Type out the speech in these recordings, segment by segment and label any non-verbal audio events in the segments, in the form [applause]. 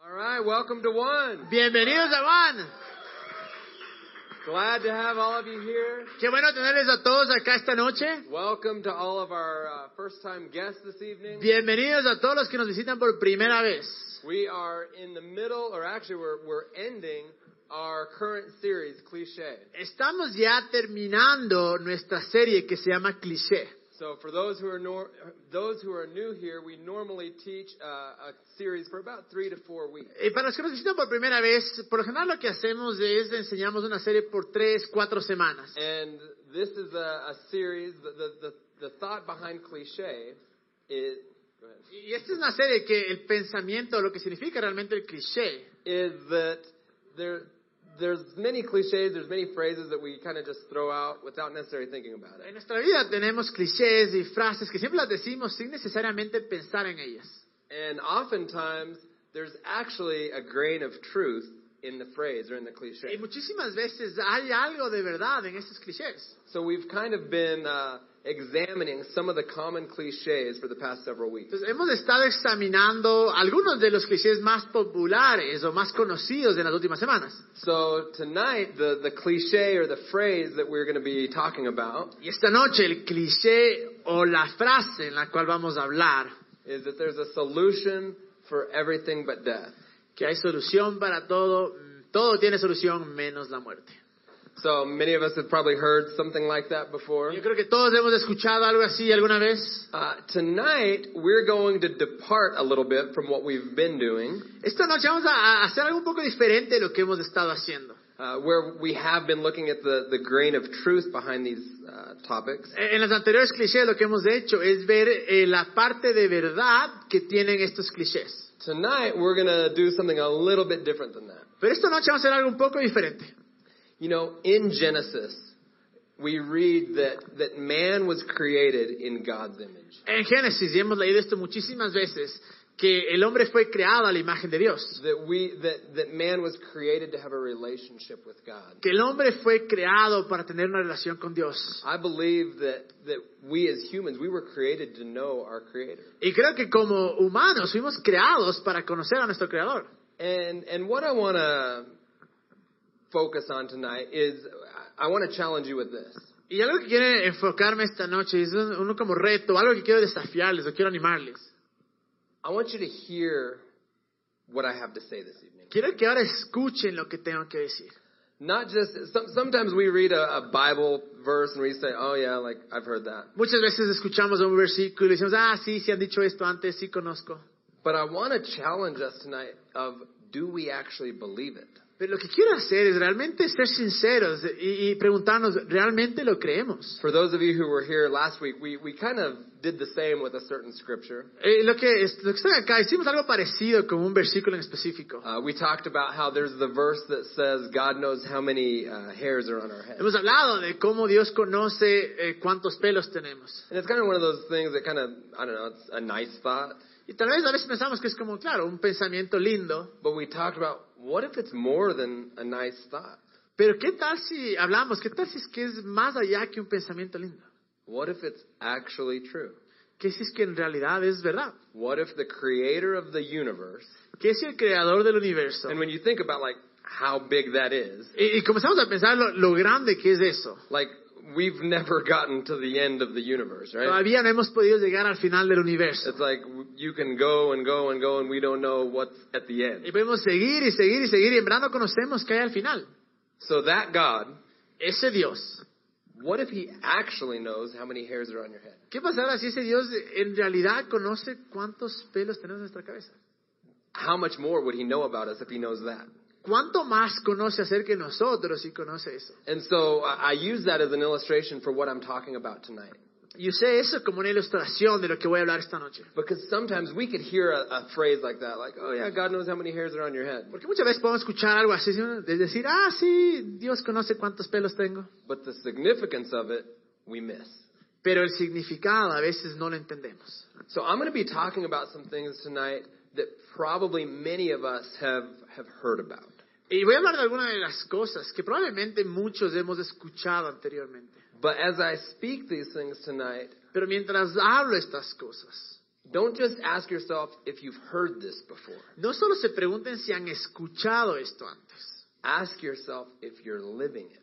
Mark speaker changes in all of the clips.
Speaker 1: right, welcome to one.
Speaker 2: Bienvenidos a Van.
Speaker 1: Glad to have all of you here.
Speaker 2: Qué bueno tenerles a todos acá esta noche.
Speaker 1: Welcome to all of our uh, first-time guests this evening.
Speaker 2: Bienvenidos a todos los que nos visitan por primera vez.
Speaker 1: We are in the middle, or actually, we're we're ending our current series, Cliche.
Speaker 2: Estamos ya terminando nuestra serie que se llama Cliché.
Speaker 1: So for those who are nor- those who are new here, we normally teach uh, a series for about three to four weeks.
Speaker 2: Eh, para los que nos visitan por primera vez, por lo general lo que hacemos es enseñamos una serie por tres, cuatro semanas.
Speaker 1: And this is a, a series. The, the, the, the thought behind cliche is, go ahead.
Speaker 2: Y esta es una serie que el pensamiento, lo que significa realmente el cliché,
Speaker 1: is that there, there's many cliches, there's many phrases that we kind of just throw out without necessarily thinking about
Speaker 2: En
Speaker 1: it.
Speaker 2: nuestra vida tenemos clichés y frases que siempre las decimos sin necesariamente pensar en ellas.
Speaker 1: And oftentimes, there's actually a grain of truth in the phrase or in the
Speaker 2: Y
Speaker 1: cliche.
Speaker 2: muchísimas veces hay algo de verdad en esos clichés.
Speaker 1: So we've kind of been uh, examining some of the common cliches for the past several weeks.
Speaker 2: Entonces, hemos estado examinando algunos de los clichés más populares o más conocidos de las últimas semanas.
Speaker 1: So tonight, the, the cliche or the phrase that we're going to be talking about
Speaker 2: Y esta noche el cliché o la frase en la cual vamos a hablar,
Speaker 1: is that there's a solution for everything but death.
Speaker 2: que hay solución para todo, mm, todo tiene solución menos la muerte.
Speaker 1: So many of us have probably heard something like that before.
Speaker 2: Yo creo que todos hemos escuchado algo así alguna vez.
Speaker 1: Uh, tonight, we're going to depart a little bit from what we've been doing,
Speaker 2: Esta noche vamos a a hacer algo un poco diferente de lo que hemos estado haciendo.
Speaker 1: uh, where we have been looking at the, the grain of truth behind these uh, topics.
Speaker 2: En los anteriores clichés lo que hemos hecho es ver eh, la parte de verdad que tienen estos clichés.
Speaker 1: Tonight, we're going to do something a little bit different than that.
Speaker 2: Pero esta noche vamos a hacer algo un poco diferente.
Speaker 1: You know, in Genesis, we read that, that man was created in God's image.
Speaker 2: En Génesis, y hemos leído esto muchísimas veces, que el hombre fue creado a la imagen de Dios.
Speaker 1: That, we, that, that man was created to have a relationship with God.
Speaker 2: Que el hombre fue creado para tener una relación con Dios.
Speaker 1: I believe that, that we as humans, we were created to know our Creator.
Speaker 2: Y creo que como humanos fuimos creados para conocer a nuestro creador.
Speaker 1: And and what I want to focus on tonight is I want to challenge you with this.
Speaker 2: Y algo que quiero enfocarme esta noche, es un- uno como reto, algo que quiero desafiarles o quiero animarles.
Speaker 1: I want you to hear what I have to say this evening.
Speaker 2: Quiero que ahora escuchen lo que tengo que decir.
Speaker 1: Not just some, sometimes we read a, a Bible verse and we say, "Oh yeah, like I've heard that."
Speaker 2: Muchas veces escuchamos un versículo y decimos, ah, sí, sí han dicho esto antes, sí conozco.
Speaker 1: But I want to challenge us tonight of do we actually believe it?
Speaker 2: Pero lo que quiero hacer es realmente ser sinceros y, y preguntarnos, ¿realmente lo creemos?
Speaker 1: For those of you who were here last week, we, we kind of did the same with a certain scripture.
Speaker 2: Eh, lo, que, es- lo que está acá, hicimos algo parecido con un versículo en específico.
Speaker 1: Uh, we talked about how there's the verse that says God knows how many uh, hairs are on our head.
Speaker 2: Hemos hablado de cómo Dios conoce eh, cuántos pelos tenemos.
Speaker 1: And it's kind of one of those things that kind of, I don't know, it's a nice thought.
Speaker 2: Y tal vez a veces pensamos que es como, claro, un pensamiento lindo,
Speaker 1: But we talked about what if it's more than a nice thought?
Speaker 2: pero ¿qué tal si hablamos? ¿Qué tal si es que es más allá que un pensamiento lindo?
Speaker 1: What if it's actually true?
Speaker 2: ¿Qué si es que en realidad es verdad?
Speaker 1: What if the creator of the universe,
Speaker 2: ¿Qué si el creador del universo?
Speaker 1: and when you think about like how big that is,
Speaker 2: Y, y comenzamos a pensar lo, lo grande que es eso.
Speaker 1: like we've never [laughs] gotten to the end of the universe, right?
Speaker 2: Todavía no hemos podido llegar al final del universo.
Speaker 1: It's like you can go and go and go and we don't know what's at the
Speaker 2: Y
Speaker 1: end.
Speaker 2: podemos seguir y seguir y seguir y en verdad no conocemos qué hay al final.
Speaker 1: So that God,
Speaker 2: Ese Dios.
Speaker 1: what if he actually knows how many hairs are on your head?
Speaker 2: ¿Qué pasará si ese Dios en realidad conoce cuántos pelos tenemos en nuestra cabeza?
Speaker 1: How much more would he know about us if he knows that?
Speaker 2: ¿Cuánto más conoce acerca de nosotros y conoce eso?
Speaker 1: And so I I use that as an illustration for what I'm talking about tonight.
Speaker 2: Y usé eso como una ilustración de lo que voy a hablar esta noche.
Speaker 1: Because sometimes we could hear a, a phrase like that, like, oh yeah, God knows how many hairs are on your head.
Speaker 2: Porque muchas veces podemos escuchar algo así, de decir, ah, sí, Dios conoce cuántos pelos tengo.
Speaker 1: But the significance of it, we miss.
Speaker 2: Pero el significado a veces no lo entendemos.
Speaker 1: So I'm going to be talking about some things tonight that probably many of us have, have heard about.
Speaker 2: Y voy a hablar de algunas de las cosas que probablemente muchos hemos escuchado anteriormente.
Speaker 1: But as I speak these things tonight,
Speaker 2: Pero mientras hablo estas cosas,
Speaker 1: Don't just ask yourself if you've heard this before.
Speaker 2: No solo se pregunten si han escuchado esto antes,
Speaker 1: Ask yourself if you're living it.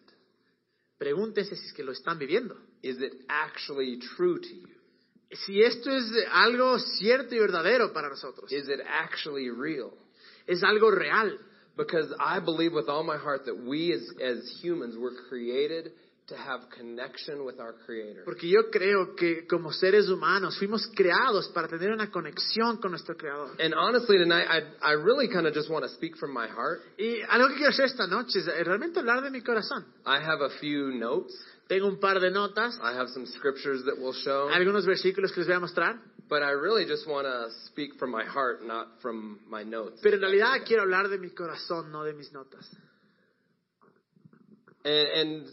Speaker 2: pregúntense si es que lo están viviendo.
Speaker 1: Is it actually true to you?
Speaker 2: Si esto es algo cierto y verdadero para nosotros,
Speaker 1: Is it actually real?
Speaker 2: es algo real.
Speaker 1: Because I believe with all my heart that we as, as humans were created to have connection with our Creator.
Speaker 2: Porque yo creo que como seres humanos fuimos creados para tener una conexión con nuestro Creador.
Speaker 1: And honestly, tonight, I, I really kind of just want to speak from my heart.
Speaker 2: Y algo que quiero hacer esta noche es eh, realmente hablar de mi corazón.
Speaker 1: I have a few notes.
Speaker 2: Tengo un par de notas,
Speaker 1: I have some scriptures that will show.
Speaker 2: algunos versículos que les voy a mostrar,
Speaker 1: But I really just want to speak from my heart, not from my notes.
Speaker 2: pero en realidad quiero hablar de mi corazón, no de mis notas.
Speaker 1: And, and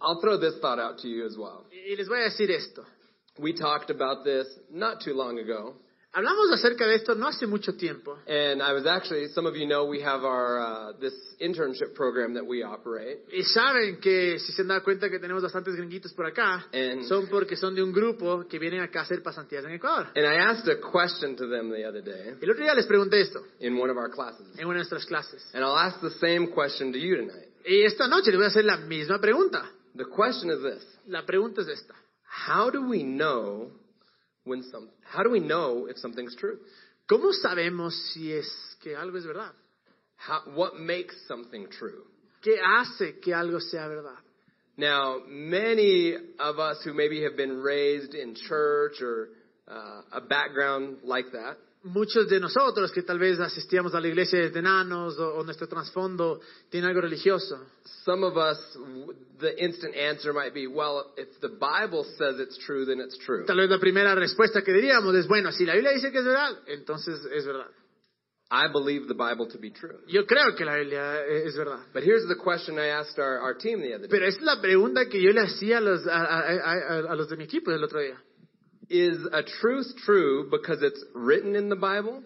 Speaker 1: I'll throw this thought out to you as well.
Speaker 2: Y les voy a decir esto.
Speaker 1: We talked about this not too long ago.
Speaker 2: Hablamos acerca de esto no hace mucho tiempo.
Speaker 1: And I was actually, some of you know, we have our uh, this internship program that we operate.
Speaker 2: Y saben que si se han dado cuenta que tenemos bastantes gringuitos por acá,
Speaker 1: En-
Speaker 2: son porque son de un grupo que vienen acá a hacer pasantías en Ecuador.
Speaker 1: And I asked a question to them the other day
Speaker 2: El otro día les pregunté esto
Speaker 1: in one of our classes.
Speaker 2: en una de nuestras clases.
Speaker 1: And I'll ask the same question to you tonight.
Speaker 2: Y esta noche les voy a hacer la misma pregunta.
Speaker 1: The question is this:
Speaker 2: La pregunta es esta.
Speaker 1: How do we know when some? How do we know if something's true?
Speaker 2: ¿Cómo sabemos si es que algo es verdad?
Speaker 1: How, what makes something true?
Speaker 2: ¿Qué hace que algo sea verdad?
Speaker 1: Now, many of us who maybe have been raised in church or uh, a background like that,
Speaker 2: Muchos de nosotros que tal vez asistíamos a la iglesia desde enanos o, o nuestro trasfondo tiene algo religioso.
Speaker 1: some of us, w- the instant answer might be, well, if the Bible says it's true, then it's true.
Speaker 2: Tal vez la primera respuesta que diríamos es, bueno, si la Biblia dice que es verdad, entonces es verdad.
Speaker 1: I believe the Bible to be true.
Speaker 2: Yo creo que la Biblia eh, es verdad.
Speaker 1: But here's the question I asked our, our team the other day.
Speaker 2: Pero esa es la pregunta que yo le hacía a los, a- a- a- a- a los de mi equipo el otro día.
Speaker 1: Is a truth true because it's written in the Bible,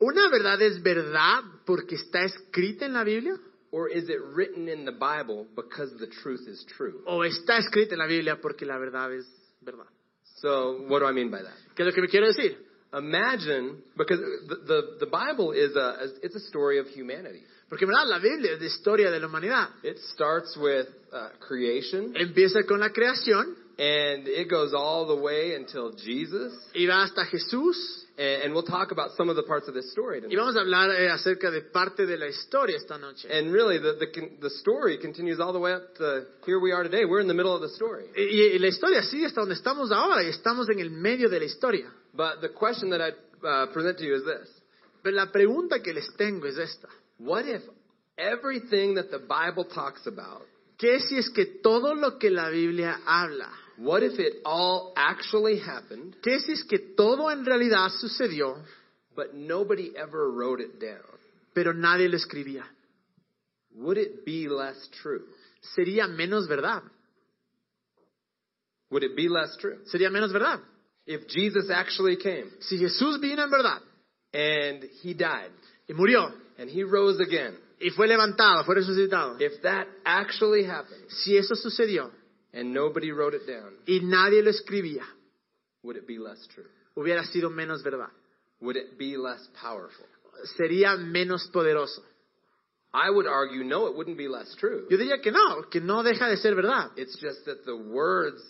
Speaker 2: ¿Una verdad es verdad porque está escrita en la Biblia?
Speaker 1: or is it written in the Bible because the truth is true?
Speaker 2: ¿O está escrita en la Biblia porque la verdad es verdad?
Speaker 1: So, what do I mean by that?
Speaker 2: ¿Qué es lo que me quiero decir?
Speaker 1: Imagine, because the, the, the Bible is a, is- it's a story of humanity.
Speaker 2: Porque en verdad la Biblia es la historia de la humanidad.
Speaker 1: It starts with uh, creation,
Speaker 2: Empieza con la creación
Speaker 1: and it goes all the way until Jesus.
Speaker 2: y va hasta Jesús.
Speaker 1: And, and we'll talk about some of the parts of this story
Speaker 2: Y
Speaker 1: tonight.
Speaker 2: vamos a hablar eh, acerca de parte de la historia esta noche. Eh,
Speaker 1: And really, the, the, con- the story continues all the way up to here we are today. We're in the middle of the story.
Speaker 2: Y, y la historia sigue hasta donde estamos ahora y estamos en el medio de la historia.
Speaker 1: But the question that I uh, present to you is this
Speaker 2: Pero la pregunta que les tengo es esta.
Speaker 1: What if everything that the Bible talks about,
Speaker 2: ¿Qué si es que todo lo que la Biblia habla?
Speaker 1: what if it all actually happened,
Speaker 2: ¿Qué si es que todo en realidad sucedió,
Speaker 1: but nobody ever wrote it down?
Speaker 2: pero nadie lo escribía?
Speaker 1: Would it be less true?
Speaker 2: Sería menos verdad.
Speaker 1: Would it be less true?
Speaker 2: Sería menos verdad.
Speaker 1: If Jesus actually came
Speaker 2: Si Jesús vino en verdad
Speaker 1: and he died
Speaker 2: y murió
Speaker 1: and he rose again,
Speaker 2: y fue levantado, fue resucitado,
Speaker 1: if that actually happened
Speaker 2: si eso sucedió
Speaker 1: and nobody wrote it down,
Speaker 2: y nadie lo escribía,
Speaker 1: would it be less true?
Speaker 2: hubiera sido menos verdad.
Speaker 1: Would it be less powerful?
Speaker 2: Sería menos poderoso.
Speaker 1: I would argue no, it wouldn't be less true.
Speaker 2: Yo diría que no, que no deja de ser verdad.
Speaker 1: It's just that the words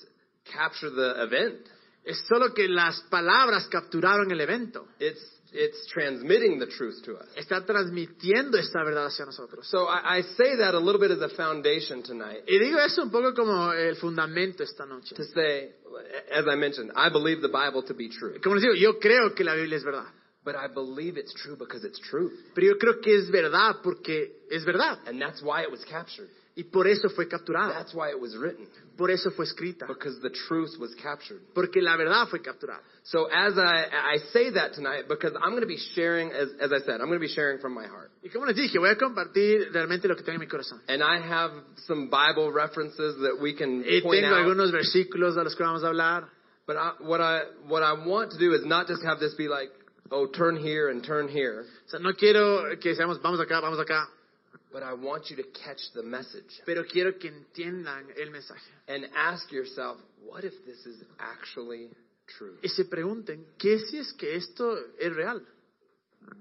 Speaker 1: capture the event.
Speaker 2: Es solo que las palabras capturaron el evento.
Speaker 1: It's it's transmitting the truth to us.
Speaker 2: Está transmitiendo esta verdad hacia nosotros.
Speaker 1: So I, I say that a little bit as a foundation tonight
Speaker 2: Y digo eso un poco como el fundamento esta noche.
Speaker 1: to say, as I mentioned, I believe the Bible to be true.
Speaker 2: Como les digo, yo creo que la Biblia es verdad.
Speaker 1: But I believe it's true because it's true.
Speaker 2: Pero yo creo que es verdad porque es verdad.
Speaker 1: And that's why it was captured.
Speaker 2: Y por eso fue capturada.
Speaker 1: That's why it was written.
Speaker 2: Por eso fue escrita.
Speaker 1: Because the truth was captured.
Speaker 2: Porque la verdad fue capturada.
Speaker 1: So as I, I say that tonight, because I'm going to be sharing, as, as I said, I'm going to be sharing from my heart.
Speaker 2: Y como les dije, voy a compartir realmente lo que tengo en mi corazón.
Speaker 1: And I have some Bible references that we can
Speaker 2: Y
Speaker 1: point
Speaker 2: tengo
Speaker 1: out.
Speaker 2: algunos versículos de los que vamos a hablar.
Speaker 1: But I, what I what I want to do is not just have this be like, oh, turn here and turn here,
Speaker 2: O sea, no quiero que seamos, vamos acá, vamos acá.
Speaker 1: but I want you to catch the message
Speaker 2: Pero quiero que entiendan el mensaje.
Speaker 1: and ask yourself, what if this is actually true?
Speaker 2: y se pregunten, ¿qué si es que esto es real?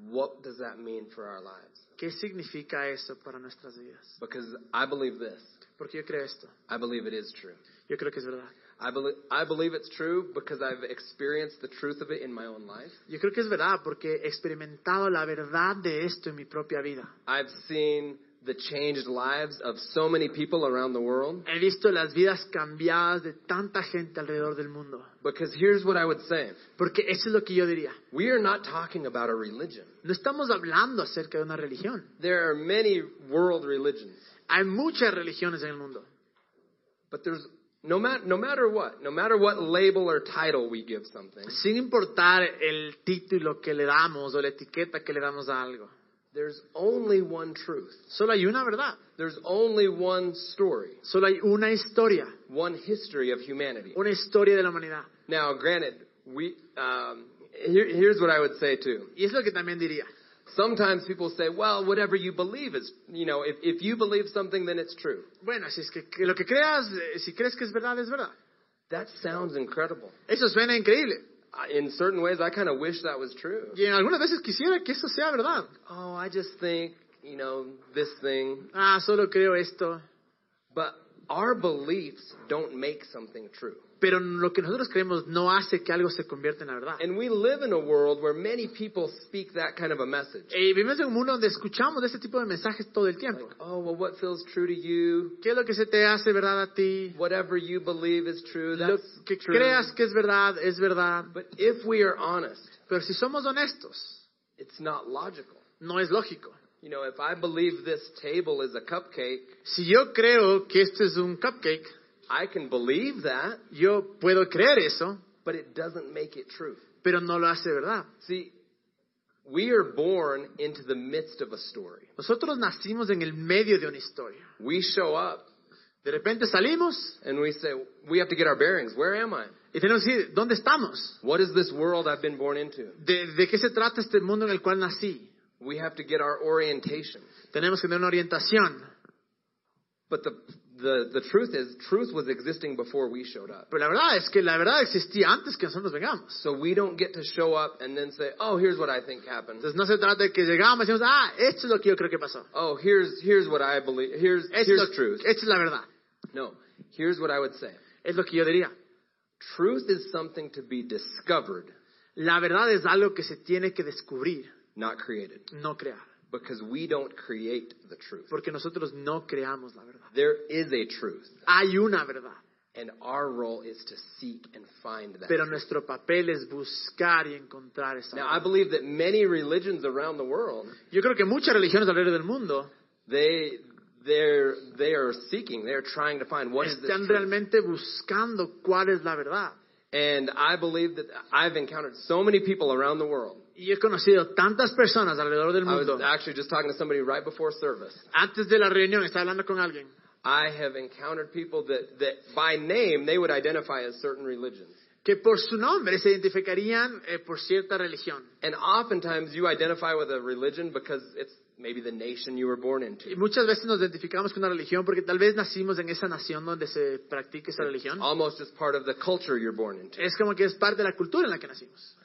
Speaker 1: What does that mean for our lives?
Speaker 2: ¿Qué significa eso para nuestras vidas?
Speaker 1: Because I believe this.
Speaker 2: Porque yo creo esto,
Speaker 1: I believe it is true.
Speaker 2: yo creo que es verdad.
Speaker 1: I believe, I believe it's true because I've experienced the truth of it in my own life.
Speaker 2: Yo creo que es verdad porque he experimentado la verdad de esto en mi propia vida.
Speaker 1: I've seen the changed lives of so many people around the world.
Speaker 2: He visto las vidas cambiadas de tanta gente alrededor del mundo.
Speaker 1: Because here's what I would say
Speaker 2: Porque eso es lo que yo diría.
Speaker 1: we are not talking about a religion.
Speaker 2: No estamos hablando acerca de una religión.
Speaker 1: There are many world religions,
Speaker 2: Hay muchas religiones en el mundo.
Speaker 1: but there's no, mat- no matter what, no matter what label or title we give something,
Speaker 2: Sin importar el título que le damos o la etiqueta que le damos a algo.
Speaker 1: there's only one truth.
Speaker 2: Solo hay una verdad.
Speaker 1: There's only one story,
Speaker 2: Solo hay una historia.
Speaker 1: one history of humanity.
Speaker 2: Una historia de la humanidad.
Speaker 1: Now, granted, we um, here, here's what I would say too.
Speaker 2: Y es lo que también diría.
Speaker 1: Sometimes people say, "Well, whatever you believe is, you know, if if you believe something, then it's true."
Speaker 2: Bueno, si es que, que lo que creas, eh, si crees que es verdad, es verdad.
Speaker 1: That sounds incredible.
Speaker 2: Eso suena increíble.
Speaker 1: I- In certain ways, I kind of wish that was true.
Speaker 2: Y en algunas veces quisiera que eso sea verdad.
Speaker 1: Oh, I just think, you know, this thing.
Speaker 2: Ah, solo creo esto.
Speaker 1: But our beliefs don't make something true.
Speaker 2: Pero lo que nosotros creemos no hace que algo se convierta en la verdad.
Speaker 1: And we live in a world where many people speak that kind of a message.
Speaker 2: Eh, Y vivimos en un mundo donde escuchamos de este tipo de mensajes todo el
Speaker 1: Like,
Speaker 2: tiempo.
Speaker 1: oh, well, what feels true to you,
Speaker 2: ¿Qué es lo que se te hace verdad a ti?
Speaker 1: whatever you believe is true,
Speaker 2: Lo
Speaker 1: that's
Speaker 2: que
Speaker 1: true.
Speaker 2: creas que es verdad es verdad.
Speaker 1: But if we are honest,
Speaker 2: Pero si somos honestos,
Speaker 1: it's not logical.
Speaker 2: no es lógico.
Speaker 1: You know, if I believe this table is a cupcake,
Speaker 2: Si yo creo que esto es un cupcake,
Speaker 1: I can believe that,
Speaker 2: yo puedo creer eso,
Speaker 1: but it doesn't make it true.
Speaker 2: pero no lo hace verdad.
Speaker 1: See, we are born into the midst of a story.
Speaker 2: Nosotros nacimos en el medio de una historia.
Speaker 1: We show up
Speaker 2: De repente salimos
Speaker 1: and we say, we have to get our bearings. Where am I?
Speaker 2: y tenemos que decir, ¿dónde estamos?
Speaker 1: What is this world I've been born into?
Speaker 2: ¿De, de qué se trata este mundo en el cual nací?
Speaker 1: We have to get our orientation.
Speaker 2: Tenemos que tener una orientación.
Speaker 1: But the, the, the truth is, truth was existing before we showed up.
Speaker 2: Pero la verdad es que la verdad existía antes que nosotros vengamos.
Speaker 1: So we don't get to show up and then say, oh, here's what I think happened.
Speaker 2: Entonces no se trata de que llegamos y decimos, ah, esto es lo que yo creo que pasó.
Speaker 1: Oh, here's, here's what I believe. Here's,
Speaker 2: Esto es,
Speaker 1: here's
Speaker 2: lo-
Speaker 1: truth.
Speaker 2: esta es la verdad.
Speaker 1: No, here's what I would say.
Speaker 2: Es lo que yo diría.
Speaker 1: Truth is something to be discovered,
Speaker 2: La verdad es algo que se tiene que descubrir,
Speaker 1: not created.
Speaker 2: no crear.
Speaker 1: Because we don't create the truth.
Speaker 2: Porque nosotros no creamos la verdad.
Speaker 1: There is a truth,
Speaker 2: Hay una verdad,
Speaker 1: and our role is to seek and find that.
Speaker 2: pero nuestro papel es buscar y encontrar esa
Speaker 1: Now, I
Speaker 2: verdad.
Speaker 1: believe that many religions around the world,
Speaker 2: Yo creo que muchas religiones alrededor del mundo
Speaker 1: they they're they are seeking, they're trying to find what is this
Speaker 2: están
Speaker 1: truth.
Speaker 2: realmente buscando cuál es la verdad.
Speaker 1: And I believe that I've encountered so many people around the world.
Speaker 2: Y he conocido tantas personas alrededor del
Speaker 1: I was
Speaker 2: mundo.
Speaker 1: actually just talking to somebody right before service.
Speaker 2: Antes de la reunión estaba hablando con alguien.
Speaker 1: I have encountered people that, that by name they would identify as certain religions.
Speaker 2: que por su nombre se identificarían eh, por cierta religión.
Speaker 1: And oftentimes you identify with a religion because it's maybe the nation you were born into.
Speaker 2: Y muchas veces nos identificamos con una religión porque tal vez nacimos en esa nación donde se practica esa religión.
Speaker 1: Almost as part of the culture you're born into.
Speaker 2: Es como que es parte de la cultura en la que nacimos.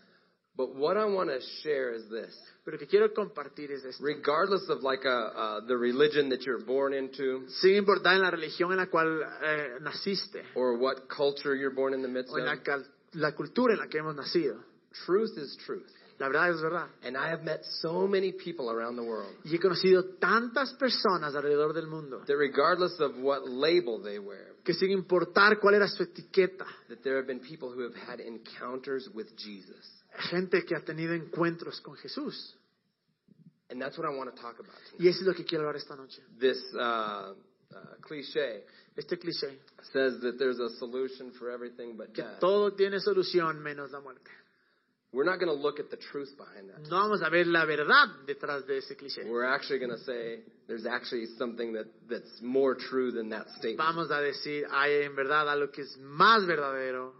Speaker 1: But what I want to share is this.
Speaker 2: Pero lo que quiero compartir es esto.
Speaker 1: Regardless of like uh uh, the religion that you're born into,
Speaker 2: Sin importar en la religión en la cual eh, naciste
Speaker 1: or what culture you're born in the midst
Speaker 2: o en
Speaker 1: of.
Speaker 2: la, cal- la cultura en la que hemos nacido,
Speaker 1: Truth is truth.
Speaker 2: la verdad es verdad.
Speaker 1: And I have met so many people around the world
Speaker 2: Y he conocido tantas personas alrededor del mundo
Speaker 1: that regardless of what label they wear,
Speaker 2: que sin importar cuál era su etiqueta,
Speaker 1: that there have been people who have had encounters with Jesus.
Speaker 2: gente que ha tenido encuentros con Jesús.
Speaker 1: And that's what I want to talk about tonight.
Speaker 2: Y eso es lo que quiero hablar esta noche.
Speaker 1: This uh, uh, cliche
Speaker 2: Este cliché.
Speaker 1: says that there's a solution for everything but
Speaker 2: que
Speaker 1: death.
Speaker 2: todo tiene solución menos la muerte.
Speaker 1: We're not going to look at the truth behind that.
Speaker 2: No vamos a ver la verdad detrás de ese cliché.
Speaker 1: We're actually going to say there's actually something that, that's more true than that statement.
Speaker 2: Vamos a decir, hay en verdad algo que es más verdadero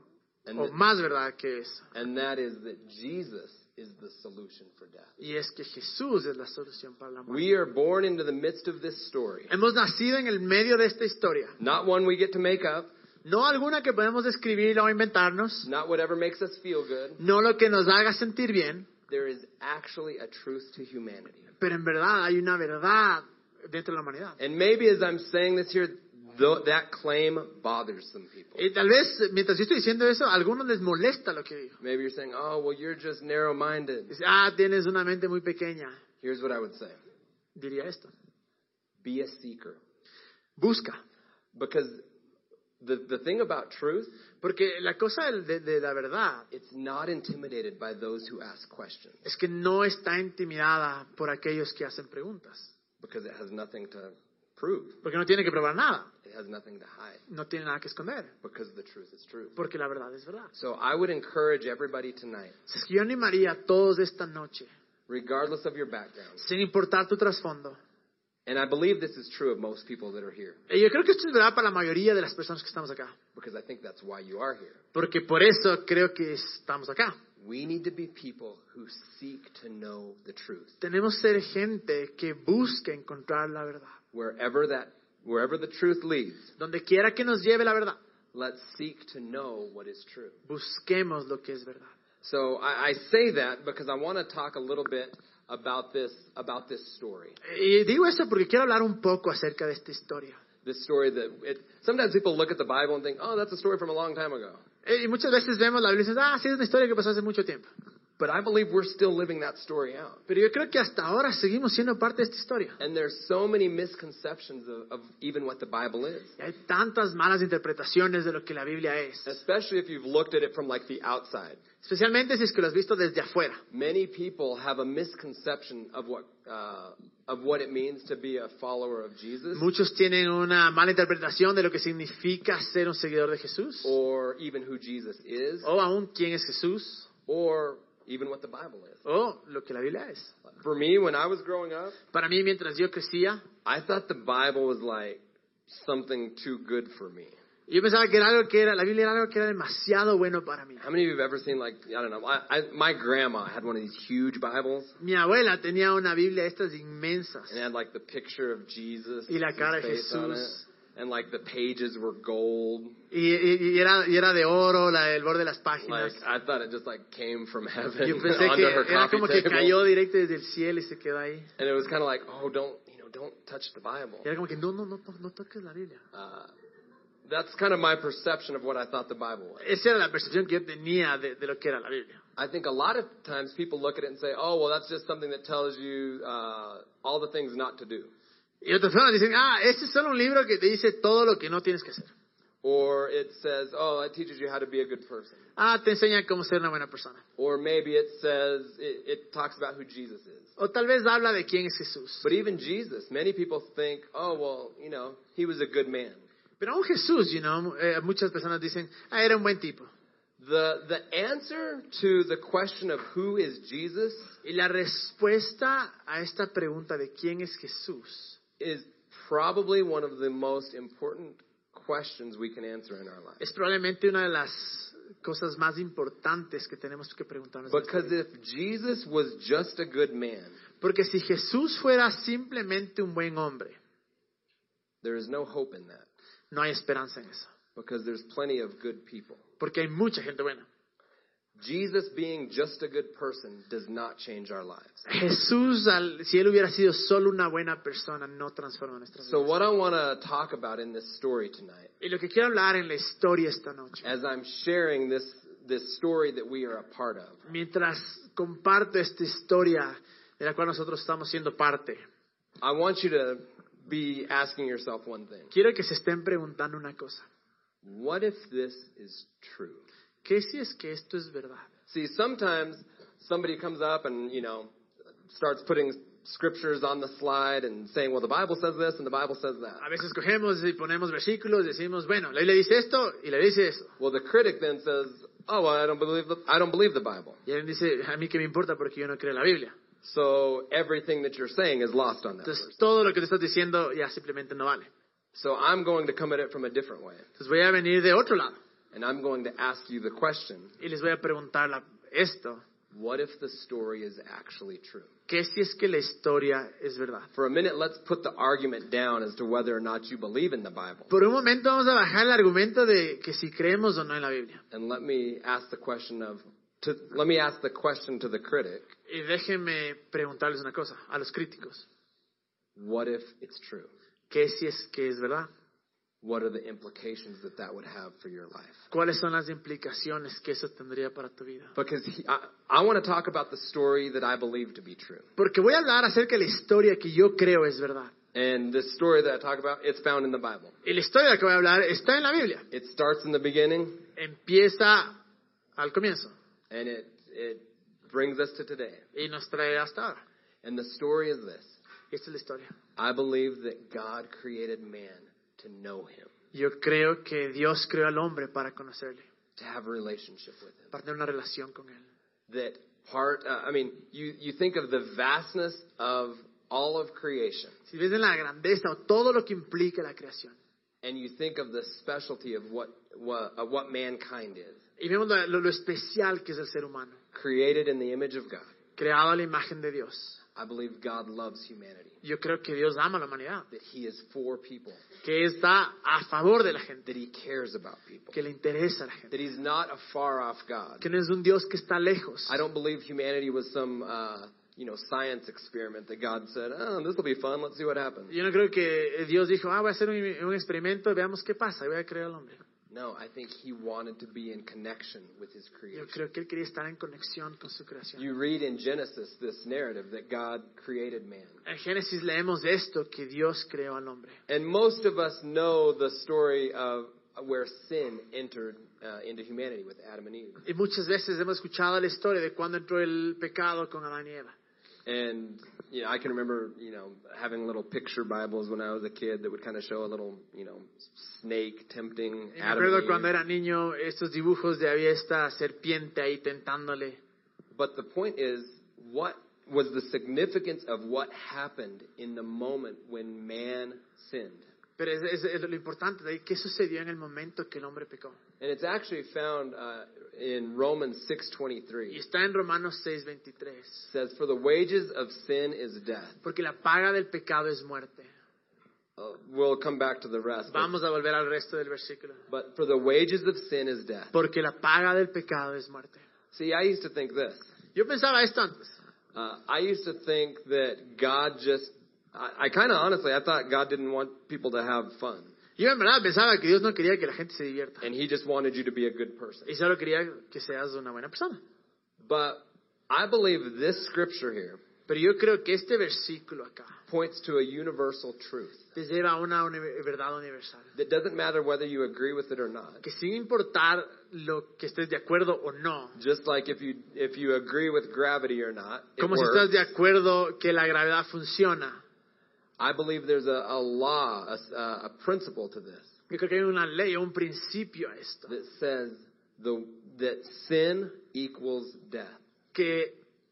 Speaker 1: And,
Speaker 2: o más verdad que eso.
Speaker 1: and that is that Jesus is the solution for death.
Speaker 2: Y es que Jesús es la solución para la muerte.
Speaker 1: We are born into the midst of this story,
Speaker 2: Hemos nacido en el medio de esta historia.
Speaker 1: not one we get to make up,
Speaker 2: No alguna que podemos describir o inventarnos,
Speaker 1: not whatever makes us feel good.
Speaker 2: no lo que nos haga sentir bien,
Speaker 1: There is actually a truth to humanity.
Speaker 2: pero en verdad hay una verdad dentro de la humanidad.
Speaker 1: And maybe as I'm saying this here, th- that claim bothers some people.
Speaker 2: Y tal vez, mientras yo estoy diciendo eso, a algunos les molesta lo que digo.
Speaker 1: Maybe you're saying, oh, well, you're just narrow minded.
Speaker 2: Dice, ah, tienes una mente muy pequeña.
Speaker 1: Here's what I would say
Speaker 2: Diría esto.
Speaker 1: be a seeker.
Speaker 2: Busca.
Speaker 1: Because the, the thing about truth,
Speaker 2: Porque la cosa del- de, de la verdad
Speaker 1: it's not intimidated by those who ask questions
Speaker 2: es que no está intimidada por aquellos que hacen preguntas.
Speaker 1: because it has nothing to prove,
Speaker 2: Porque no tiene que probar nada.
Speaker 1: it has nothing to hide
Speaker 2: No tiene nada que esconder.
Speaker 1: because the truth is true.
Speaker 2: Porque la verdad es verdad.
Speaker 1: So I would encourage everybody tonight,
Speaker 2: Así Es que yo animaría a todos esta noche,
Speaker 1: regardless of your background,
Speaker 2: sin importar tu trasfondo.
Speaker 1: and I believe this is true of most people that are here
Speaker 2: Y Yo creo que esto es verdad para la mayoría de las personas que estamos acá.
Speaker 1: because I think that's why you are here.
Speaker 2: Porque por eso creo que estamos acá.
Speaker 1: We need to be people who seek to know the truth.
Speaker 2: Tenemos que ser gente que busque encontrar la verdad.
Speaker 1: Wherever that wherever the truth leads,
Speaker 2: Donde quiera que nos lleve la verdad,
Speaker 1: let's seek to know what is true.
Speaker 2: busquemos lo que es verdad.
Speaker 1: So I, I say that because I want to talk a little bit about this about this story.
Speaker 2: Y digo eso porque quiero hablar un poco acerca de esta historia.
Speaker 1: This story that it, sometimes people look at the Bible and think, "Oh, that's a story from a long time ago."
Speaker 2: Eh, Y muchas veces vemos la Biblia y dices, ah, sí, es una historia que pasó hace mucho tiempo.
Speaker 1: But I believe we're still living that story out.
Speaker 2: Pero yo creo que hasta ahora seguimos siendo parte de esta historia.
Speaker 1: And there's so many misconceptions of, of even what the Bible is,
Speaker 2: Y hay tantas malas interpretaciones de lo que la Biblia es.
Speaker 1: especially if you've looked at it from like the outside.
Speaker 2: Especialmente si es que lo has visto desde afuera.
Speaker 1: Many people have a misconception of what uh, of what it means to be a follower of Jesus,
Speaker 2: Muchos tienen una mala interpretación de lo que significa ser un seguidor de Jesús.
Speaker 1: or even who Jesus is,
Speaker 2: O aún quién es Jesús.
Speaker 1: or even what the Bible is.
Speaker 2: O lo que la Biblia es.
Speaker 1: For me, when I was growing up,
Speaker 2: Para mí, mientras yo crecía,
Speaker 1: I thought the Bible was like something too good for me.
Speaker 2: yo pensaba que era algo que era, la Biblia era algo que era demasiado bueno para mí.
Speaker 1: How many of you have ever seen like I don't know? I, I, my grandma had one of these huge Bibles,
Speaker 2: Mi abuela tenía una Biblia de estas inmensas.
Speaker 1: and it had like the picture of Jesus
Speaker 2: Y la
Speaker 1: his
Speaker 2: cara de
Speaker 1: face on it,
Speaker 2: Jesús.
Speaker 1: and like the pages were gold.
Speaker 2: Y, y- y era, y era de oro, la del borde de las
Speaker 1: Like
Speaker 2: páginas.
Speaker 1: I thought it just like came from [laughs] heaven
Speaker 2: Yo pensé
Speaker 1: onto
Speaker 2: que
Speaker 1: her
Speaker 2: era
Speaker 1: coffee
Speaker 2: como que
Speaker 1: table.
Speaker 2: cayó directo desde el cielo y se quedó ahí.
Speaker 1: And it was kind of like, oh, don't you know, don't touch the Bible.
Speaker 2: Y era como que no, no, no, no, no toques la Biblia.
Speaker 1: Uh, that's kind of my perception of what I thought the Bible was.
Speaker 2: Esa era la percepción que yo tenía de, de lo que era la Biblia.
Speaker 1: I think a lot of times people look at it and say, oh, well, that's just something that tells you uh, all the things not to do,
Speaker 2: Y otras personas dicen, ah, este es solo un libro que te dice todo lo que no tienes que hacer.
Speaker 1: or it says, oh, it teaches you how to be a good person,
Speaker 2: Ah, te enseña cómo ser una buena persona.
Speaker 1: or maybe it says it, it talks about who Jesus is.
Speaker 2: O tal vez habla de quién es Jesús.
Speaker 1: But even Jesus, many people think, oh, well, you know, he was a good man.
Speaker 2: Pero aún Jesús, you know, eh, muchas personas dicen, ah, era un buen tipo.
Speaker 1: The the answer to the question of who is Jesus
Speaker 2: Y la respuesta a esta pregunta de quién es Jesús
Speaker 1: is probably one of the most important questions we can answer in our lives.
Speaker 2: es probablemente una de las cosas más importantes que tenemos que preguntarnos. en nuestra
Speaker 1: Because
Speaker 2: vida.
Speaker 1: if Jesus was just a good man,
Speaker 2: Porque si Jesús fuera simplemente un buen hombre,
Speaker 1: there is no hope in that.
Speaker 2: no hay esperanza en eso.
Speaker 1: Because there's plenty of good people.
Speaker 2: Porque hay mucha gente buena.
Speaker 1: Jesus being just a good person does not change our lives.
Speaker 2: Jesús, al- si él hubiera sido solo una buena persona, no transforma nuestras
Speaker 1: So
Speaker 2: vidas.
Speaker 1: what I want to talk about in this story tonight,
Speaker 2: Y lo que quiero hablar en la historia esta noche,
Speaker 1: as I'm sharing this this story that we are a part of,
Speaker 2: mientras comparto esta historia de la cual nosotros estamos siendo parte,
Speaker 1: I want you to be asking yourself one thing.
Speaker 2: quiero que se estén preguntando una cosa.
Speaker 1: What if this is true?
Speaker 2: ¿Qué si es que esto es verdad?
Speaker 1: See, sometimes somebody comes up and, you know, starts putting scriptures on the slide and saying, well, the Bible says this and the Bible says
Speaker 2: A
Speaker 1: that.
Speaker 2: veces cogemos y ponemos versículos, decimos, bueno, la Biblia dice esto y la Biblia dice eso.
Speaker 1: Well, the critic then says, oh, well, I don't believe the, I don't believe the Bible.
Speaker 2: Y alguien dice, a mí qué me importa porque yo no creo en la Biblia.
Speaker 1: So everything that you're saying is lost on that.
Speaker 2: Entonces
Speaker 1: person.
Speaker 2: todo lo que te estás diciendo ya simplemente no vale.
Speaker 1: So I'm going to come at it from a different way.
Speaker 2: Entonces voy a venir de otro lado
Speaker 1: And I'm going to ask you the question,
Speaker 2: y les voy a preguntar la- esto.
Speaker 1: What if the story is actually true?
Speaker 2: ¿Qué si es que la historia es verdad?
Speaker 1: For a minute, let's put the argument down as to whether or not you believe in the Bible.
Speaker 2: Por un momento vamos a bajar el argumento de que si creemos o no en la Biblia.
Speaker 1: And let me ask the question of, to, let me ask the question to the critic,
Speaker 2: Y déjenme preguntarles una cosa a los críticos.
Speaker 1: what if it's true?
Speaker 2: ¿Qué si es que es verdad?
Speaker 1: What are the implications that that would have for your life?
Speaker 2: ¿Cuáles son las implicaciones que eso tendría para tu vida?
Speaker 1: Because he, I, I want to talk about the story that I believe to be true.
Speaker 2: Porque voy a hablar acerca de la historia que yo creo es verdad.
Speaker 1: And this story that I talk about, it's found in the Bible.
Speaker 2: Y la historia de la que voy a hablar está en la Biblia.
Speaker 1: It starts in the beginning
Speaker 2: Empieza al comienzo
Speaker 1: and it, it brings us to today.
Speaker 2: y nos trae hasta ahora.
Speaker 1: And the story is this.
Speaker 2: Y Esta es la historia.
Speaker 1: I believe that God created man to know him,
Speaker 2: Yo creo que Dios creó al hombre para conocerle,
Speaker 1: to have a relationship with him.
Speaker 2: para tener una relación con él.
Speaker 1: That part, uh, I mean, you, you think of the vastness of all of creation,
Speaker 2: Si ves en la grandeza o todo lo que implica la creación,
Speaker 1: and you think of the specialty of what, what, of what mankind is,
Speaker 2: y vemos lo, lo- lo especial que es el ser humano,
Speaker 1: created in the image of God.
Speaker 2: creado a la imagen de Dios.
Speaker 1: I believe God loves humanity,
Speaker 2: Yo creo que Dios ama a la humanidad,
Speaker 1: that he is for people,
Speaker 2: que está a favor de la gente,
Speaker 1: that he cares about people,
Speaker 2: que le interesa a la gente,
Speaker 1: that he's not a far off God.
Speaker 2: que no es un Dios que está lejos.
Speaker 1: I don't believe humanity was some, uh, you know, science experiment that God said, oh, this will be fun, let's see what happens.
Speaker 2: Yo no creo que Dios dijo, ah, voy a hacer un, un experimento, veamos qué pasa, y voy a crear al hombre.
Speaker 1: No, I think he wanted to be in connection with his
Speaker 2: Yo
Speaker 1: creation.
Speaker 2: creo que él quería estar en conexión con su creación.
Speaker 1: You read in Genesis this narrative that God created man.
Speaker 2: En Génesis leemos de esto, que Dios creó al hombre.
Speaker 1: And most of us know the story of where sin entered uh, into humanity with Adam and Eve.
Speaker 2: Y muchas veces hemos escuchado la historia de cuando entró el pecado con Adán y Eva.
Speaker 1: And you know, I can remember, you know, having little picture Bibles when I was a kid that would kind of show a little, you know, snake tempting
Speaker 2: Y me
Speaker 1: Adam. and
Speaker 2: acuerdo cuando
Speaker 1: Eve.
Speaker 2: era niño, estos dibujos de había esta serpiente ahí tentándole.
Speaker 1: But the point is, what was the significance of what happened in the moment when man sinned?
Speaker 2: Pero es, es lo importante de ahí, ¿qué sucedió en el momento que el hombre pecó?
Speaker 1: And it's actually found uh, in Romans 6:23.
Speaker 2: Y
Speaker 1: It
Speaker 2: está en Romanos 6:23.
Speaker 1: says, "For the wages of sin is death."
Speaker 2: Porque la paga del pecado es muerte.
Speaker 1: Uh, we'll come back to the rest. But,
Speaker 2: Vamos a volver al resto del versículo.
Speaker 1: but for the wages of sin is death.
Speaker 2: Porque la paga del pecado es muerte.
Speaker 1: See, I used to think this.
Speaker 2: Yo pensaba esto antes.
Speaker 1: Uh, I used to think that God just. I, I kind of honestly, I thought God didn't want people to have fun,
Speaker 2: Yo en verdad pensaba que Dios no quería que la gente se divierta.
Speaker 1: and He just wanted you to be a good person.
Speaker 2: Y solo quería que seas una buena persona.
Speaker 1: But I believe this scripture here
Speaker 2: Pero yo creo que este versículo acá
Speaker 1: points to a universal truth
Speaker 2: te lleva a una uni- verdad universal.
Speaker 1: that doesn't matter whether you agree with it or not.
Speaker 2: Que sin importar lo que estés de acuerdo o no,
Speaker 1: Just like if you if you agree with gravity or not, it
Speaker 2: como si
Speaker 1: works.
Speaker 2: estás de acuerdo que la gravedad funciona,
Speaker 1: I believe there's a, a law, a, s- uh, a principle to this
Speaker 2: yo creo que hay una ley o un principio a esto.
Speaker 1: that says the that sin equals death.
Speaker 2: Que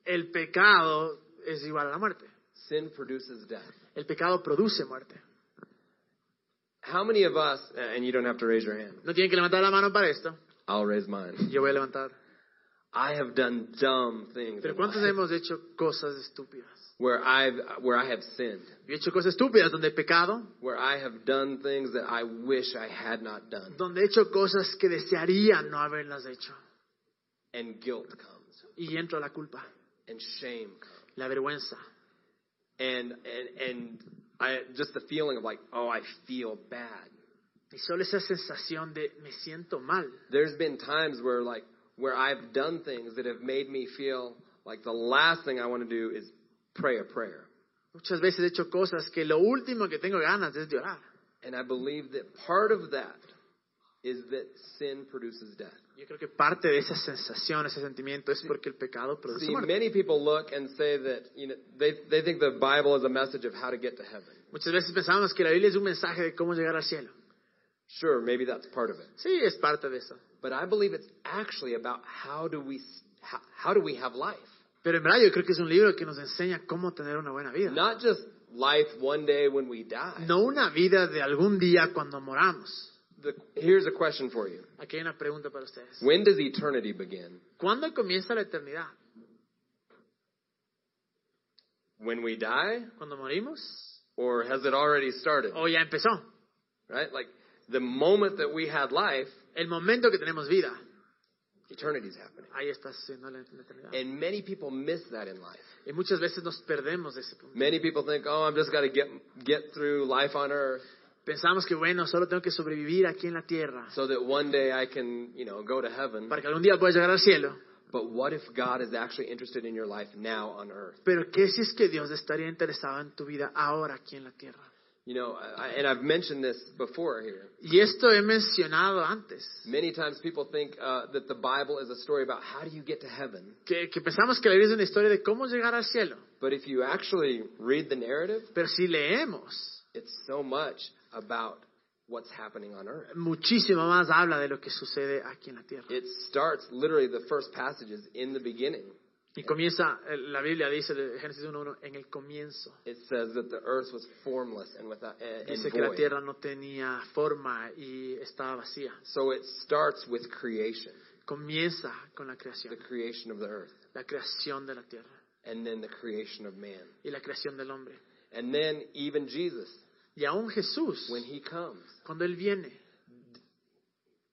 Speaker 2: el pecado es igual a la muerte.
Speaker 1: Sin produces death.
Speaker 2: El pecado produce muerte.
Speaker 1: How many of us? And you don't have to raise your hand.
Speaker 2: No tienen que levantar la mano para esto.
Speaker 1: I'll raise mine.
Speaker 2: Yo voy a levantar.
Speaker 1: I have done dumb things
Speaker 2: Pero
Speaker 1: in
Speaker 2: ¿cuántos
Speaker 1: life
Speaker 2: hemos hecho cosas estúpidas?
Speaker 1: where I've where I have sinned,
Speaker 2: Yo he hecho cosas estúpidas donde he pecado,
Speaker 1: where I have done things that I wish I had not done,
Speaker 2: donde he hecho cosas que desearía no haberlas hecho.
Speaker 1: and guilt comes,
Speaker 2: Y entro a la culpa,
Speaker 1: and shame comes.
Speaker 2: la vergüenza.
Speaker 1: and and and I just the feeling of like, oh, I feel bad.
Speaker 2: Y solo esa sensación de me siento mal.
Speaker 1: There's been times where like where I've done things that have made me feel like the last thing I want to do is pray a prayer.
Speaker 2: Muchas veces he hecho cosas que lo último que tengo ganas es de orar.
Speaker 1: And I believe that part of that is that sin produces death.
Speaker 2: Yo creo que parte de esa sensación, ese sentimiento, es porque el pecado produce
Speaker 1: See,
Speaker 2: muerte.
Speaker 1: many people look and say that you know they they think the Bible is a message of how to get to heaven.
Speaker 2: Muchas veces pensamos que la Biblia es un mensaje de cómo llegar al cielo.
Speaker 1: Sure, maybe that's part of it.
Speaker 2: Sí, es parte de eso.
Speaker 1: But I believe it's actually about how do we how, how do we have life?
Speaker 2: Pero en verdad yo creo que es un libro que nos enseña cómo tener una buena vida.
Speaker 1: Not just life one day when we die.
Speaker 2: No una vida de algún día cuando moramos.
Speaker 1: The, here's a question for you.
Speaker 2: Aquí hay una pregunta para ustedes.
Speaker 1: When does eternity begin?
Speaker 2: ¿Cuándo comienza la eternidad?
Speaker 1: when we die,
Speaker 2: cuando morimos
Speaker 1: or has it already started?
Speaker 2: o ya empezó.
Speaker 1: Right? Like the moment that we had life,
Speaker 2: El momento que tenemos vida,
Speaker 1: eternity's happening.
Speaker 2: ahí está sucediendo la la eternidad.
Speaker 1: And many people miss that in life.
Speaker 2: Y muchas veces nos perdemos de ese punto.
Speaker 1: Many people think, "Oh, I'm just got to get get through life on earth
Speaker 2: Pensamos que, bueno, solo tengo que sobrevivir aquí en la tierra
Speaker 1: so that one day I can, you know, go to heaven."
Speaker 2: para que algún día pueda llegar al cielo.
Speaker 1: But what if God is actually interested in your life now on earth?
Speaker 2: Pero ¿qué si es que Dios estaría interesado en tu vida ahora aquí en la tierra?
Speaker 1: You know, I, and I've mentioned this before here.
Speaker 2: Y esto he mencionado antes,
Speaker 1: Many times people think uh, that the Bible is a story about how do you get to heaven.
Speaker 2: que, que pensamos que la Biblia es una historia de cómo llegar al cielo.
Speaker 1: But if you actually read the narrative,
Speaker 2: Pero si leemos,
Speaker 1: it's so much about what's happening on earth.
Speaker 2: muchísimo más habla de lo que sucede aquí en la tierra.
Speaker 1: It starts literally the first passages in the beginning.
Speaker 2: Y comienza, eh, la Biblia dice, de Génesis 1.1, en el comienzo.
Speaker 1: It says that the earth was formless and without and,
Speaker 2: Dice
Speaker 1: and
Speaker 2: que la
Speaker 1: void.
Speaker 2: tierra no tenía forma y estaba vacía.
Speaker 1: So it starts with creation,
Speaker 2: Comienza con la
Speaker 1: the
Speaker 2: creación,
Speaker 1: creation of the earth,
Speaker 2: la creación de la tierra
Speaker 1: and then the creation of man.
Speaker 2: y la creación del hombre.
Speaker 1: And then even Jesus,
Speaker 2: Y aún Jesús,
Speaker 1: when he comes,
Speaker 2: cuando Él viene,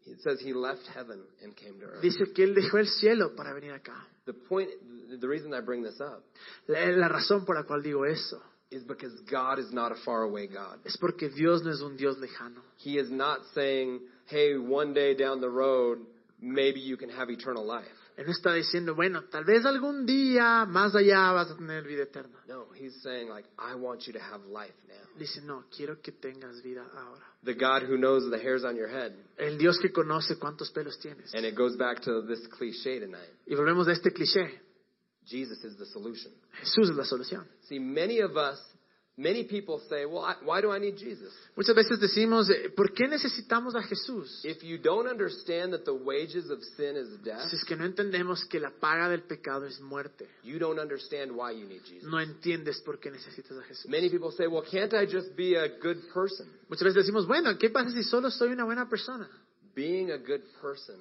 Speaker 1: it says he left heaven and came to earth.
Speaker 2: dice que Él dejó el cielo para venir acá.
Speaker 1: The point, the reason I bring this up
Speaker 2: La, la razón por la cual digo eso
Speaker 1: is because God is not a faraway God.
Speaker 2: es porque Dios no es un Dios lejano.
Speaker 1: He is not saying, hey, one day down the road, maybe you can have eternal life.
Speaker 2: Él no está diciendo, bueno, tal vez algún día más allá vas a tener vida eterna.
Speaker 1: No, he's saying, like, I want you to have life now.
Speaker 2: Dice, no, quiero que tengas vida ahora.
Speaker 1: The God who knows the hairs on your head.
Speaker 2: El Dios que conoce cuántos pelos tienes.
Speaker 1: And it goes back to this cliche tonight
Speaker 2: Y volvemos a este cliché.
Speaker 1: Jesus is the solution.
Speaker 2: Jesús es la solución.
Speaker 1: See, many of us, many people say, well, I, why do I need Jesus?
Speaker 2: Muchas veces decimos, eh, ¿por qué necesitamos a Jesús?
Speaker 1: If you don't understand that the wages of sin is death,
Speaker 2: Si es que no entendemos que la paga del pecado es muerte,
Speaker 1: you don't understand why you need Jesus.
Speaker 2: no entiendes por qué necesitas a Jesús.
Speaker 1: Many people say, well, can't I just be a good person?
Speaker 2: Muchas veces decimos, bueno, ¿qué pasa si solo soy una buena persona?
Speaker 1: Being a good person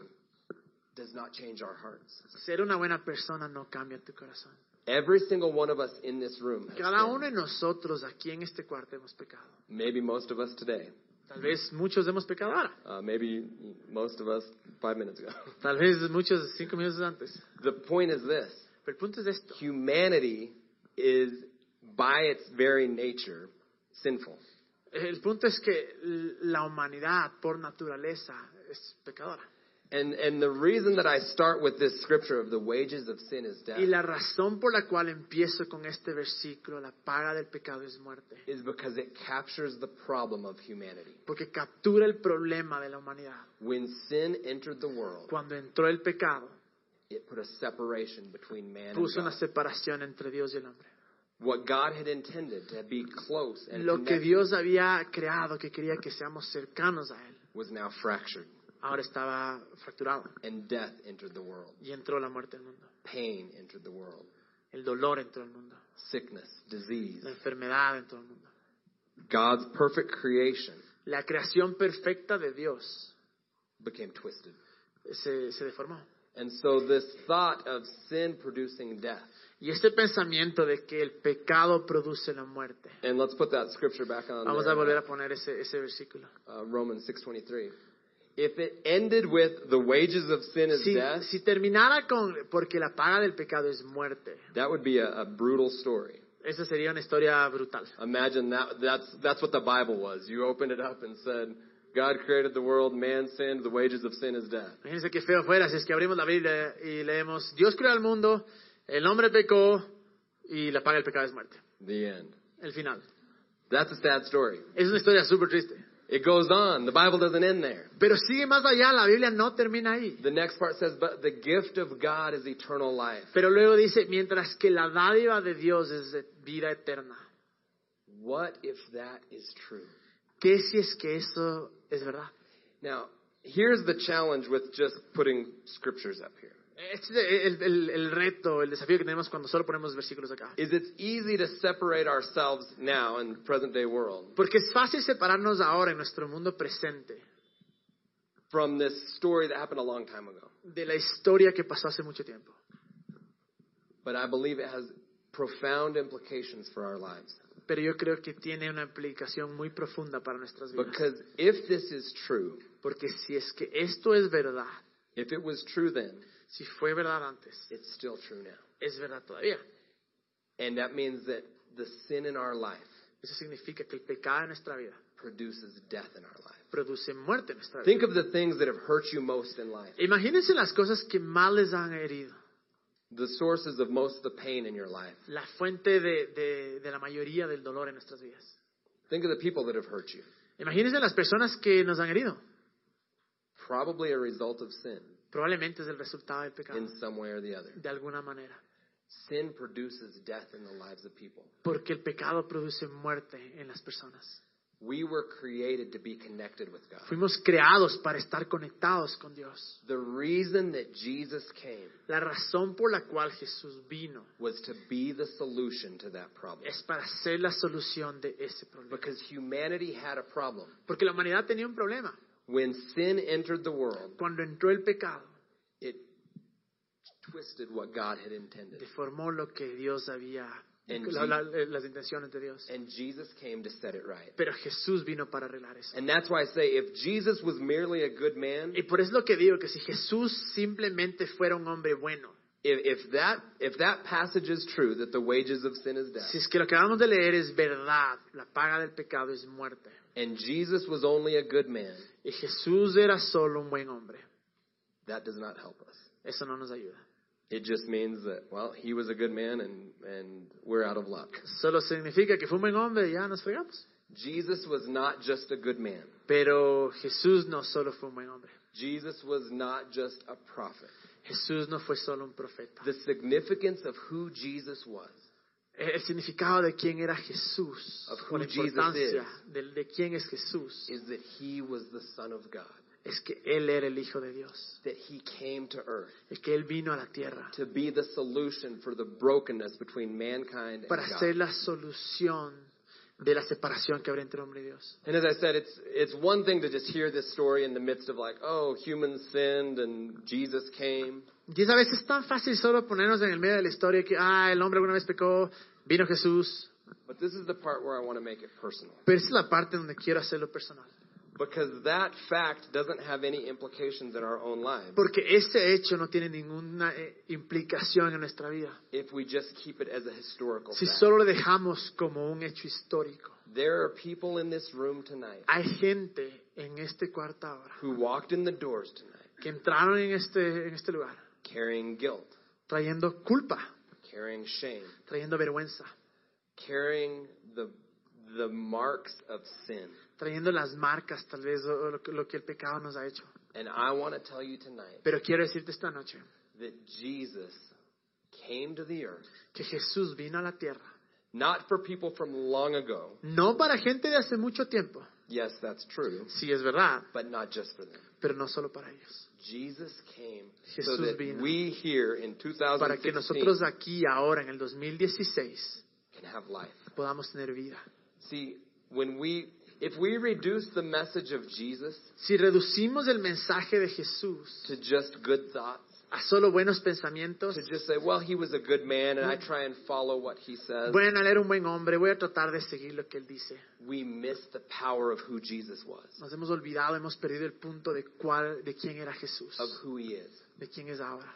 Speaker 1: does not change our hearts.
Speaker 2: Ser una buena persona no cambia tu corazón.
Speaker 1: Every single one of us in this room, has
Speaker 2: Cada
Speaker 1: sinned.
Speaker 2: uno de nosotros aquí en este cuarto hemos pecado.
Speaker 1: maybe most of us today,
Speaker 2: Tal vez muchos hemos pecado ahora.
Speaker 1: uh, maybe most of us five minutes ago. [laughs]
Speaker 2: Tal vez muchos cinco minutos antes.
Speaker 1: the point is this
Speaker 2: Pero el punto es esto.
Speaker 1: humanity is, by its very nature, sinful.
Speaker 2: El punto es que la humanidad por naturaleza es pecadora.
Speaker 1: And, and the reason that I start with this scripture of the wages of sin is death
Speaker 2: Y la razón por la cual empiezo con este versículo, la paga del pecado es muerte,
Speaker 1: is because it captures the problem of humanity.
Speaker 2: porque captura el problema de la humanidad.
Speaker 1: When sin entered the world,
Speaker 2: Cuando entró el pecado,
Speaker 1: it put a separation between man and
Speaker 2: puso una
Speaker 1: God.
Speaker 2: separación entre Dios y el hombre.
Speaker 1: What God had intended to be close and
Speaker 2: Lo que
Speaker 1: connected
Speaker 2: Dios había creado, que quería que seamos cercanos a Él,
Speaker 1: was now fractured,
Speaker 2: ahora estaba fracturado
Speaker 1: and death entered the world.
Speaker 2: y entró la muerte al mundo.
Speaker 1: Pain entered the world.
Speaker 2: El dolor entró al mundo,
Speaker 1: Sickness, disease.
Speaker 2: la enfermedad entró al mundo. Mm.
Speaker 1: God's perfect creation
Speaker 2: La creación perfecta de Dios
Speaker 1: became twisted.
Speaker 2: se, se deformó.
Speaker 1: And so this thought of sin producing death.
Speaker 2: Y este pensamiento de que el pecado produce la muerte.
Speaker 1: And let's put that scripture back on
Speaker 2: Vamos a
Speaker 1: there.
Speaker 2: volver a poner ese, ese versículo.
Speaker 1: uh, Romans 6:23. If it ended with the wages of sin is
Speaker 2: Si,
Speaker 1: death,
Speaker 2: si terminara con, porque la paga del pecado es muerte,
Speaker 1: that would be a, a brutal story.
Speaker 2: esa sería una historia brutal.
Speaker 1: Imagine that that's that's what the Bible was. You opened it up and said, God created the world, man sinned, the wages of sin is death.
Speaker 2: Imagínense qué feo fuera si es que abrimos la Biblia y leemos, Dios creó al mundo, el hombre pecó y la paga del pecado es muerte.
Speaker 1: The end.
Speaker 2: El final.
Speaker 1: That's a sad story.
Speaker 2: Es una historia súper triste.
Speaker 1: It goes on. The Bible doesn't end there.
Speaker 2: Pero sigue más allá, la Biblia no termina ahí.
Speaker 1: The next part says, but the gift of God is eternal life.
Speaker 2: Pero luego dice, mientras que la dádiva de Dios es de vida eterna.
Speaker 1: What if that is true?
Speaker 2: ¿Qué si es que eso es verdad?
Speaker 1: Now, here's the challenge with just putting scriptures up here.
Speaker 2: Este es el, el- el reto, el desafío que tenemos cuando solo ponemos versículos acá.
Speaker 1: Is it's easy to separate ourselves now in the present day world
Speaker 2: Porque es fácil separarnos ahora en nuestro mundo presente
Speaker 1: from this story that happened a long time ago.
Speaker 2: de la historia que pasó hace mucho tiempo.
Speaker 1: But I believe it has profound implications for our lives.
Speaker 2: pero yo creo que tiene una implicación muy profunda para nuestras vidas.
Speaker 1: Because if this is true,
Speaker 2: Porque si es que esto es verdad,
Speaker 1: if it was true then,
Speaker 2: si fue verdad antes,
Speaker 1: it's still true now.
Speaker 2: es verdad todavía.
Speaker 1: And that means that the sin in our life
Speaker 2: Eso significa que el pecado en nuestra vida
Speaker 1: produces death in our life.
Speaker 2: produce muerte en nuestra vida.
Speaker 1: Think of the things that have hurt you most in life,
Speaker 2: Imagínense las cosas que más les han herido,
Speaker 1: the sources of most of the pain in your life.
Speaker 2: la fuente de, de- de la mayoría del dolor en nuestras vidas.
Speaker 1: Think of the people that have hurt you,
Speaker 2: Imagínense las personas que nos han herido.
Speaker 1: probably a result of sin
Speaker 2: Probablemente es el resultado del pecado,
Speaker 1: in some way or the other.
Speaker 2: de alguna manera.
Speaker 1: Sin produces death in the lives of people.
Speaker 2: Porque el pecado produce muerte en las personas.
Speaker 1: We were created to be connected with God.
Speaker 2: Fuimos creados para estar conectados con Dios.
Speaker 1: The reason that Jesus came
Speaker 2: La razón por la cual Jesús vino
Speaker 1: was to be the solution to that problem.
Speaker 2: es para ser la solución de ese problema.
Speaker 1: Because humanity had a problem.
Speaker 2: Porque la humanidad tenía un problema.
Speaker 1: When sin entered the world,
Speaker 2: Cuando entró el pecado,
Speaker 1: it twisted what God had intended.
Speaker 2: deformó lo que Dios había,
Speaker 1: En
Speaker 2: la-
Speaker 1: sí.
Speaker 2: la- las intenciones de Dios.
Speaker 1: And Jesus came to set it right.
Speaker 2: Pero Jesús vino para arreglar eso.
Speaker 1: And that's why I say if Jesus was merely a good man,
Speaker 2: Y por eso es lo que digo, que si Jesús simplemente fuera un hombre bueno,
Speaker 1: if, if that if that passage is true that the wages of sin is
Speaker 2: si
Speaker 1: death,
Speaker 2: es que lo que acabamos de leer es verdad, la paga del pecado es muerte.
Speaker 1: and Jesus was only a good man,
Speaker 2: Y Jesús era solo un buen hombre.
Speaker 1: that does not help us.
Speaker 2: Eso no nos ayuda.
Speaker 1: It just means that well, he was a good man and and we're out of luck.
Speaker 2: Pues Solo significa que fue un buen hombre y ya nos fregamos.
Speaker 1: Jesus was not just a good man.
Speaker 2: Pero Jesús no solo fue un buen hombre.
Speaker 1: Jesus was not just a prophet.
Speaker 2: Jesús no fue solo un profeta.
Speaker 1: The significance of who Jesus was
Speaker 2: El el significado de quién era Jesús,
Speaker 1: Of who
Speaker 2: o la
Speaker 1: Jesus
Speaker 2: importancia de, de quién es Jesús,
Speaker 1: is that he was the son of God,
Speaker 2: es que Él era el Hijo de Dios,
Speaker 1: that he came to earth
Speaker 2: es que Él vino a la tierra
Speaker 1: to be the solution for the brokenness between mankind and
Speaker 2: para ser
Speaker 1: God.
Speaker 2: la solución de la separación que habrá entre hombre y Dios.
Speaker 1: And as I said, it's it's one thing to just hear this story in the midst of like, oh, humans sinned and Jesus came.
Speaker 2: Y es a veces tan fácil solo ponernos en el medio de la historia que, ah, el hombre alguna vez pecó, vino Jesús,
Speaker 1: But this is the part where I want to make it personal.
Speaker 2: pero esa es la parte donde quiero hacerlo personal.
Speaker 1: Because that fact doesn't have any implications in our own lives
Speaker 2: Porque ese hecho no tiene ninguna eh, implicación en nuestra vida.
Speaker 1: if we just keep it as a historical
Speaker 2: Si
Speaker 1: fact.
Speaker 2: solo lo dejamos como un hecho histórico.
Speaker 1: There are people in this room tonight
Speaker 2: Hay gente en este cuarta hora
Speaker 1: who walked in the doors tonight
Speaker 2: que entraron en este, en este lugar
Speaker 1: carrying guilt,
Speaker 2: trayendo culpa,
Speaker 1: carrying shame,
Speaker 2: trayendo vergüenza,
Speaker 1: carrying the the marks of sin.
Speaker 2: trayendo las marcas tal vez o lo, que- lo que el pecado nos ha hecho.
Speaker 1: And I want to tell you tonight
Speaker 2: Pero quiero decirte esta noche
Speaker 1: that Jesus came to the earth
Speaker 2: que Jesús vino a la tierra,
Speaker 1: not for people from long ago.
Speaker 2: no para gente de hace mucho tiempo,
Speaker 1: Yes, that's true,
Speaker 2: sí es verdad,
Speaker 1: but not just for them.
Speaker 2: pero no solo para ellos.
Speaker 1: Jesus came so
Speaker 2: Jesús
Speaker 1: that
Speaker 2: vino.
Speaker 1: we here in
Speaker 2: Para que
Speaker 1: 2016
Speaker 2: nosotros aquí, ahora, en el 2016,
Speaker 1: can have life.
Speaker 2: podamos tener vida.
Speaker 1: See, when we if we reduce the message of Jesus
Speaker 2: Si reducimos el mensaje de Jesús
Speaker 1: to just good thoughts,
Speaker 2: a solo buenos pensamientos,
Speaker 1: to just say, well, he was a good man and I try and follow what he says,
Speaker 2: Bueno, él era un buen hombre, voy a tratar de seguir lo que él dice.
Speaker 1: we miss the power of who Jesus was,
Speaker 2: Nos hemos olvidado, hemos perdido el punto de cuál, de quién era Jesús,
Speaker 1: of who he is.
Speaker 2: de quién es ahora.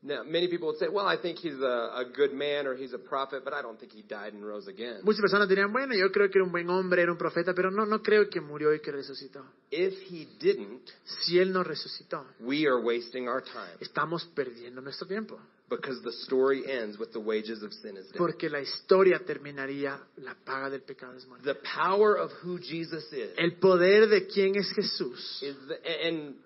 Speaker 1: Now, many people would say, well, I think he's a, a good man or he's a prophet, but I don't think he died and rose again.
Speaker 2: Muchas personas dirían, bueno, yo creo que era un buen hombre, era un profeta, pero no, no creo que murió y que resucitó.
Speaker 1: If he didn't,
Speaker 2: Si él no resucitó,
Speaker 1: we are wasting our time
Speaker 2: estamos perdiendo nuestro tiempo,
Speaker 1: because the story ends with the wages of sin is death.
Speaker 2: porque la historia terminaría, la paga del pecado es muerte.
Speaker 1: The power of who Jesus is
Speaker 2: El poder de quién es Jesús.
Speaker 1: is the, and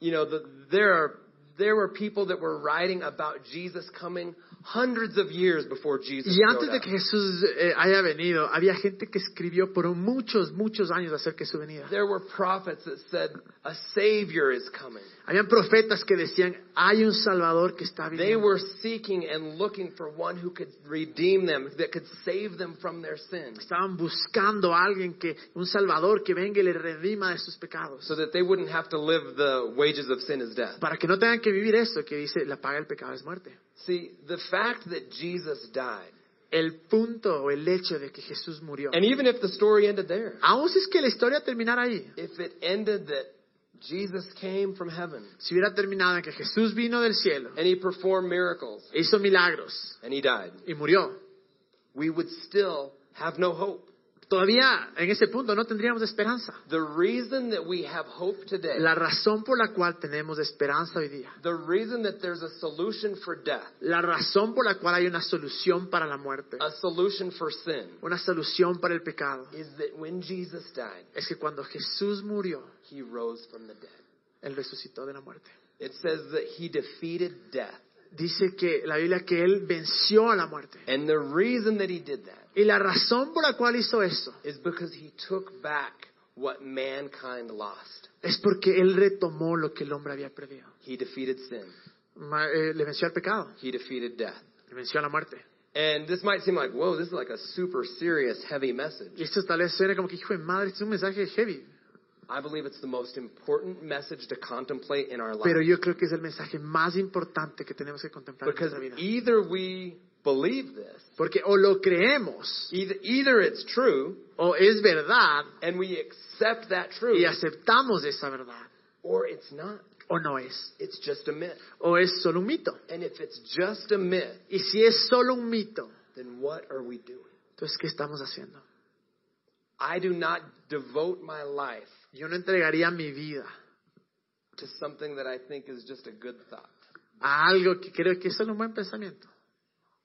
Speaker 1: you know the, there are there were people that were writing about Jesus coming hundreds of years before Jesus.
Speaker 2: Y
Speaker 1: showed
Speaker 2: antes de
Speaker 1: up.
Speaker 2: que Jesús eh, haya venido, había gente que escribió por muchos, muchos años acerca de su venida.
Speaker 1: There were prophets that said a savior is coming.
Speaker 2: Habían profetas que decían, hay un Salvador que está
Speaker 1: They
Speaker 2: viniendo.
Speaker 1: were seeking and looking for one who could redeem them, that could save them from their sin,
Speaker 2: Estaban buscando a alguien que, un Salvador que venga y les redima de sus pecados.
Speaker 1: so that they wouldn't have to live the wages of sin is death.
Speaker 2: Para que no tengan que vivir eso que dice, la paga del pecado es muerte.
Speaker 1: See, the fact that Jesus died
Speaker 2: el punto o el hecho de que Jesús murió.
Speaker 1: And even if the story ended there,
Speaker 2: Aún si es que la historia terminara ahí,
Speaker 1: if it ended that Jesus came from heaven
Speaker 2: si hubiera terminado en que Jesús vino del cielo,
Speaker 1: and he performed miracles
Speaker 2: e hizo milagros
Speaker 1: and he died,
Speaker 2: y murió,
Speaker 1: we would still have no hope.
Speaker 2: todavía en ese punto no tendríamos esperanza.
Speaker 1: The reason that we have hope today,
Speaker 2: La razón por la cual tenemos esperanza hoy día,
Speaker 1: the reason that there's a solution for death,
Speaker 2: la razón por la cual hay una solución para la muerte,
Speaker 1: a solution for sin,
Speaker 2: una solución para el pecado,
Speaker 1: is that when Jesus died,
Speaker 2: es que cuando Jesús murió,
Speaker 1: he rose from the dead.
Speaker 2: Él resucitó de la muerte.
Speaker 1: It says that he defeated death.
Speaker 2: Dice que la Biblia que Él venció a la muerte.
Speaker 1: And the reason that he did that
Speaker 2: Y la razón por la cual hizo eso
Speaker 1: is because he took back what mankind lost.
Speaker 2: es porque Él retomó lo que el hombre había perdido.
Speaker 1: He defeated sin.
Speaker 2: Ma- eh, le venció al pecado,
Speaker 1: He defeated death.
Speaker 2: le venció a la muerte.
Speaker 1: And this might seem like, whoa, this is like a super serious, heavy
Speaker 2: Y
Speaker 1: message.
Speaker 2: esto tal vez suene como que, hijo de madre, este es un mensaje heavy.
Speaker 1: I believe it's the most important message to contemplate in our life.
Speaker 2: Pero yo creo que es el mensaje más importante que tenemos que contemplar en
Speaker 1: Because
Speaker 2: nuestra vida.
Speaker 1: either we believe this,
Speaker 2: Porque o lo creemos,
Speaker 1: either, either it's true,
Speaker 2: o es verdad,
Speaker 1: and we accept that
Speaker 2: y
Speaker 1: truth,
Speaker 2: aceptamos esa verdad,
Speaker 1: or it's not.
Speaker 2: o no es.
Speaker 1: It's just a myth.
Speaker 2: O es solo un mito.
Speaker 1: And if it's just a myth,
Speaker 2: Y si es solo un mito,
Speaker 1: then what are we doing?
Speaker 2: entonces, ¿qué estamos haciendo?
Speaker 1: I do not devote my life
Speaker 2: Yo no entregaría mi vida
Speaker 1: to something that I think is just a good thought.
Speaker 2: a algo que creo que es solo un buen pensamiento.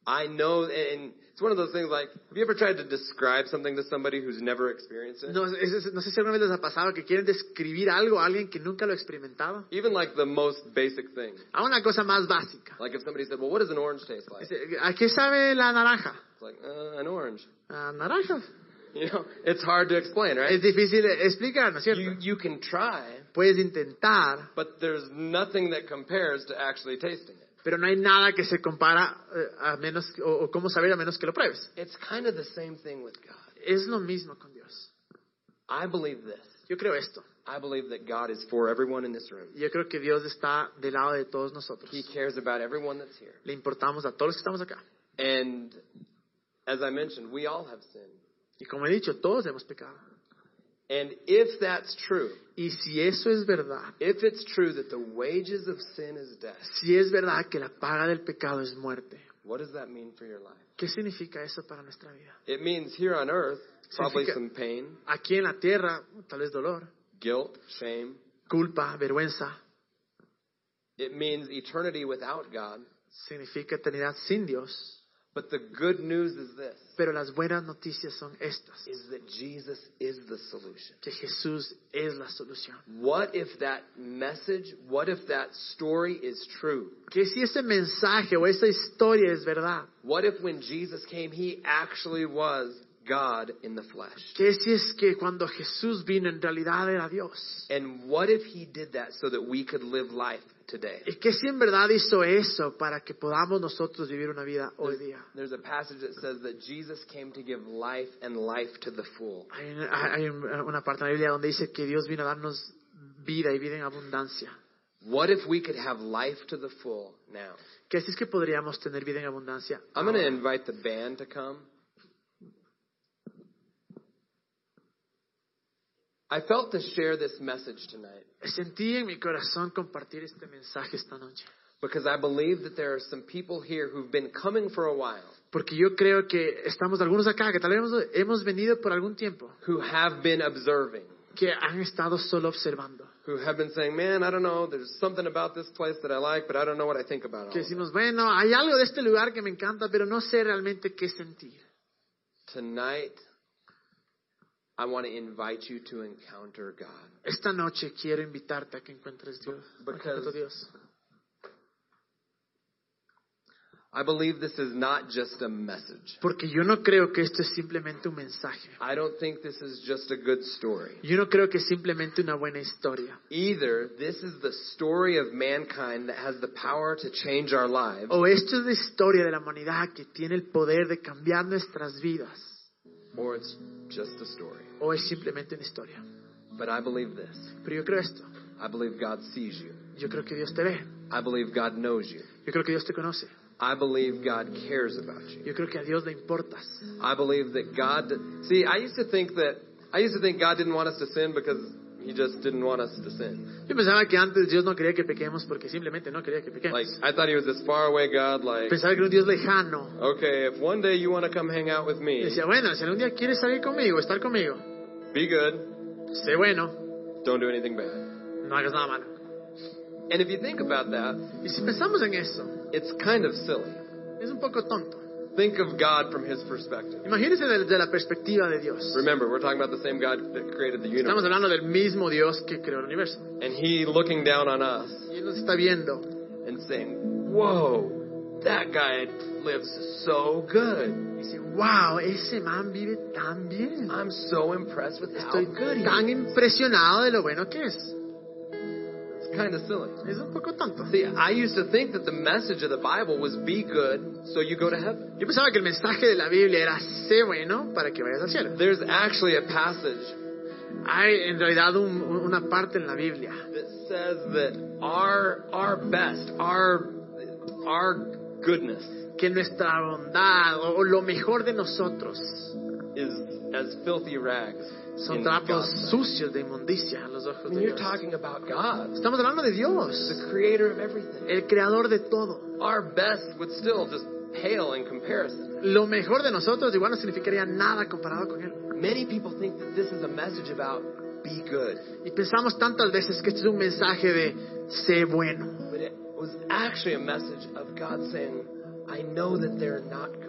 Speaker 1: I know, and it's one of those things like, have you ever tried to describe something to somebody who's never experienced it?
Speaker 2: No, es- es- no sé si alguna vez les ha pasado que quieren describir algo a alguien que nunca lo ha experimentado.
Speaker 1: Even like the most basic thing.
Speaker 2: A una cosa más básica.
Speaker 1: Like if somebody said, well, what does an orange taste like? It's
Speaker 2: Dice, ¿A qué sabe la naranja?
Speaker 1: like, uh, an orange.
Speaker 2: A naranja.
Speaker 1: You know, it's hard to explain, right?
Speaker 2: Es difícil explicar, ¿no es cierto?
Speaker 1: You, you can try,
Speaker 2: Puedes intentar,
Speaker 1: but there's nothing that compares to actually tasting it.
Speaker 2: pero no hay nada que se compara eh, a menos, o, o cómo saber a menos que lo pruebes.
Speaker 1: It's kind of the same thing with God.
Speaker 2: Es lo mismo con Dios.
Speaker 1: I believe this.
Speaker 2: Yo creo esto.
Speaker 1: I believe that God is for everyone in this room.
Speaker 2: Yo creo que Dios está del lado de todos nosotros.
Speaker 1: He cares about everyone that's here.
Speaker 2: Le importamos a todos los que estamos acá.
Speaker 1: And as I mentioned, we all have sinned.
Speaker 2: Y como he dicho, todos hemos pecado.
Speaker 1: And if that's true,
Speaker 2: Y si eso es verdad,
Speaker 1: if it's true that the wages of sin is death,
Speaker 2: si es verdad que la paga del pecado es muerte,
Speaker 1: what does that mean for your life?
Speaker 2: ¿qué significa eso para nuestra vida?
Speaker 1: It means here on earth, probably
Speaker 2: Significa-
Speaker 1: some pain,
Speaker 2: Aquí en la tierra, tal vez dolor,
Speaker 1: guilt, shame.
Speaker 2: culpa, vergüenza,
Speaker 1: It means eternity without God.
Speaker 2: significa eternidad sin Dios.
Speaker 1: But the good news is this
Speaker 2: Pero las buenas noticias son estas,
Speaker 1: is that Jesus is the solution.
Speaker 2: que Jesús es la solución.
Speaker 1: What if that message, what if that story is true?
Speaker 2: Que si ese mensaje o esa historia es verdad,
Speaker 1: What if when Jesus came, he actually was God in the flesh?
Speaker 2: que si es que cuando Jesús vino en realidad era Dios,
Speaker 1: And what if he did that so that we could live life today?
Speaker 2: y que si en verdad hizo eso para que podamos nosotros vivir una vida hoy día.
Speaker 1: There's a passage that says that Jesus came to give life and life to the full.
Speaker 2: Hay, una- hay una parte de la Biblia donde dice que Dios vino a darnos vida y vida en abundancia.
Speaker 1: What if we could have life to the full now?
Speaker 2: Que así es que podríamos tener vida en abundancia.
Speaker 1: I'm going to invite the band to come. I felt to share this message tonight
Speaker 2: Sentí en mi corazón compartir este mensaje esta noche.
Speaker 1: because I believe that there are some people here who've been coming for a while
Speaker 2: Porque yo creo que estamos algunos acá que tal vez hemos, hemos venido por algún tiempo,
Speaker 1: who have been observing,
Speaker 2: que han estado solo observando.
Speaker 1: who have been saying, "Man, I don't know. There's something about this place that I like, but I don't know what I think about
Speaker 2: Que
Speaker 1: it."
Speaker 2: decimos, bueno, hay algo de este lugar que me encanta, pero no sé realmente qué sentir.
Speaker 1: Tonight, I want to invite you to encounter God
Speaker 2: Esta noche quiero invitarte a que encuentres Dios. a que encuentres a Dios.
Speaker 1: I believe this is not just a message.
Speaker 2: Porque yo no creo que esto es simplemente un mensaje.
Speaker 1: I don't think this is just a good story.
Speaker 2: Yo no creo que es simplemente una buena historia.
Speaker 1: Either this is the story of mankind that has the power to change our lives,
Speaker 2: O esto es la historia de la humanidad que tiene el poder de cambiar nuestras vidas.
Speaker 1: or it's just a story.
Speaker 2: O es simplemente una historia.
Speaker 1: But I believe this.
Speaker 2: Pero yo creo esto.
Speaker 1: I believe God sees you.
Speaker 2: Yo creo que Dios te ve.
Speaker 1: I believe God knows you.
Speaker 2: Yo creo que Dios te conoce.
Speaker 1: I believe God cares about you.
Speaker 2: Yo creo que a Dios le importas.
Speaker 1: I believe that God. See, I used to think that I used to think God didn't want us to sin because He just didn't want us to sin.
Speaker 2: Yo pensaba que antes Dios no quería que pequemos porque simplemente no quería que pequemos.
Speaker 1: Like I thought He was this far away God. Like,
Speaker 2: pensaba que era un Dios lejano.
Speaker 1: okay, if one day you want to come hang out with
Speaker 2: Y
Speaker 1: me,
Speaker 2: decía, bueno, si algún día quieres salir conmigo, estar conmigo,
Speaker 1: be good,
Speaker 2: sé bueno,
Speaker 1: don't do anything bad.
Speaker 2: no hagas nada malo.
Speaker 1: And if you think about that,
Speaker 2: Y si pensamos en eso,
Speaker 1: it's kind of silly.
Speaker 2: es un poco tonto.
Speaker 1: Think of God from His perspective.
Speaker 2: Imagínense desde la perspectiva de Dios.
Speaker 1: Remember, we're talking about the same God that created the
Speaker 2: Estamos
Speaker 1: universe,
Speaker 2: hablando del mismo Dios que creó el universo.
Speaker 1: and He looking down on us
Speaker 2: Y Él nos está viendo
Speaker 1: and saying, "Whoa, that guy lives so good."
Speaker 2: y dice, wow, ese man vive tan bien.
Speaker 1: I'm so impressed with how
Speaker 2: Estoy
Speaker 1: good he
Speaker 2: tan
Speaker 1: is.
Speaker 2: impresionado de lo bueno que es.
Speaker 1: It's kind of silly.
Speaker 2: Es un poco tonto.
Speaker 1: See, I used to think that the message of the Bible was be good so you go to heaven.
Speaker 2: Yo pensaba que el mensaje de la Biblia era sé bueno para que vayas al cielo.
Speaker 1: There's actually a passage
Speaker 2: Hay en realidad un- un- una parte en la Biblia
Speaker 1: that says that our our best, our our goodness
Speaker 2: que nuestra bondad o, o lo mejor de nosotros
Speaker 1: is as filthy rags.
Speaker 2: son
Speaker 1: in
Speaker 2: trapos
Speaker 1: God's sight.
Speaker 2: sucios de inmundicia a los ojos
Speaker 1: When
Speaker 2: de
Speaker 1: you're
Speaker 2: Dios.
Speaker 1: talking about God,
Speaker 2: Estamos hablando de Dios,
Speaker 1: the creator of everything.
Speaker 2: el creador de todo.
Speaker 1: Our best would still just pale in comparison.
Speaker 2: Lo mejor de nosotros igual no significaría nada comparado con Él.
Speaker 1: Many people think that this is a message about be good.
Speaker 2: Y pensamos tantas veces que esto es un mensaje de sé bueno.
Speaker 1: But it was actually a message of God saying, I know that they're not good.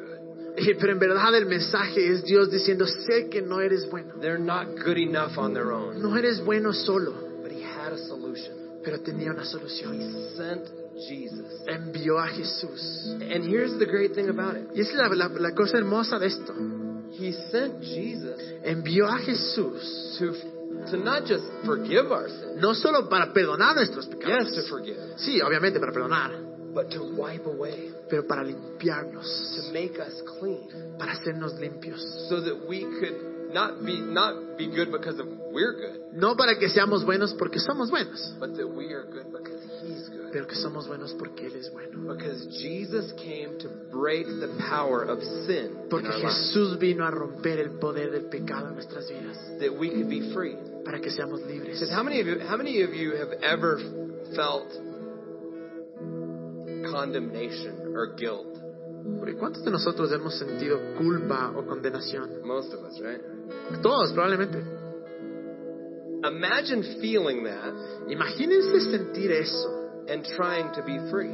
Speaker 2: Eh, Pero en verdad el mensaje es Dios diciendo sé que no eres bueno.
Speaker 1: They're not good enough on their own.
Speaker 2: No eres bueno solo,
Speaker 1: But He had a solution.
Speaker 2: pero tenía una solución.
Speaker 1: He sent Jesus.
Speaker 2: envió a Jesús.
Speaker 1: And here's the great thing about it
Speaker 2: Y esa es la, la- la cosa hermosa de esto.
Speaker 1: He sent Jesus
Speaker 2: Envió a Jesús
Speaker 1: to, to not just forgive our sins,
Speaker 2: no solo para perdonar nuestros
Speaker 1: yes,
Speaker 2: pecados.
Speaker 1: to forgive,
Speaker 2: Sí, obviamente para perdonar,
Speaker 1: but to wipe away,
Speaker 2: pero para limpiarnos,
Speaker 1: to make us clean,
Speaker 2: para hacernos limpios.
Speaker 1: so that we could not be, not be good because of we're good,
Speaker 2: No para que seamos buenos porque somos buenos,
Speaker 1: but that we are good because He's good.
Speaker 2: pero que somos buenos porque Él es bueno.
Speaker 1: Because Jesus came to break the power of sin in
Speaker 2: Porque
Speaker 1: our lives,
Speaker 2: Jesús vino a romper el poder del pecado en nuestras vidas,
Speaker 1: that we could be free.
Speaker 2: para que seamos libres.
Speaker 1: Because how many of you, how many of you have ever felt condemnation or guilt?
Speaker 2: Porque ¿Cuántos de nosotros hemos sentido culpa o condenación?
Speaker 1: Most of us, right?
Speaker 2: Todos, probablemente.
Speaker 1: Imagine feeling that
Speaker 2: Imagínense sentir eso.
Speaker 1: and trying to be free.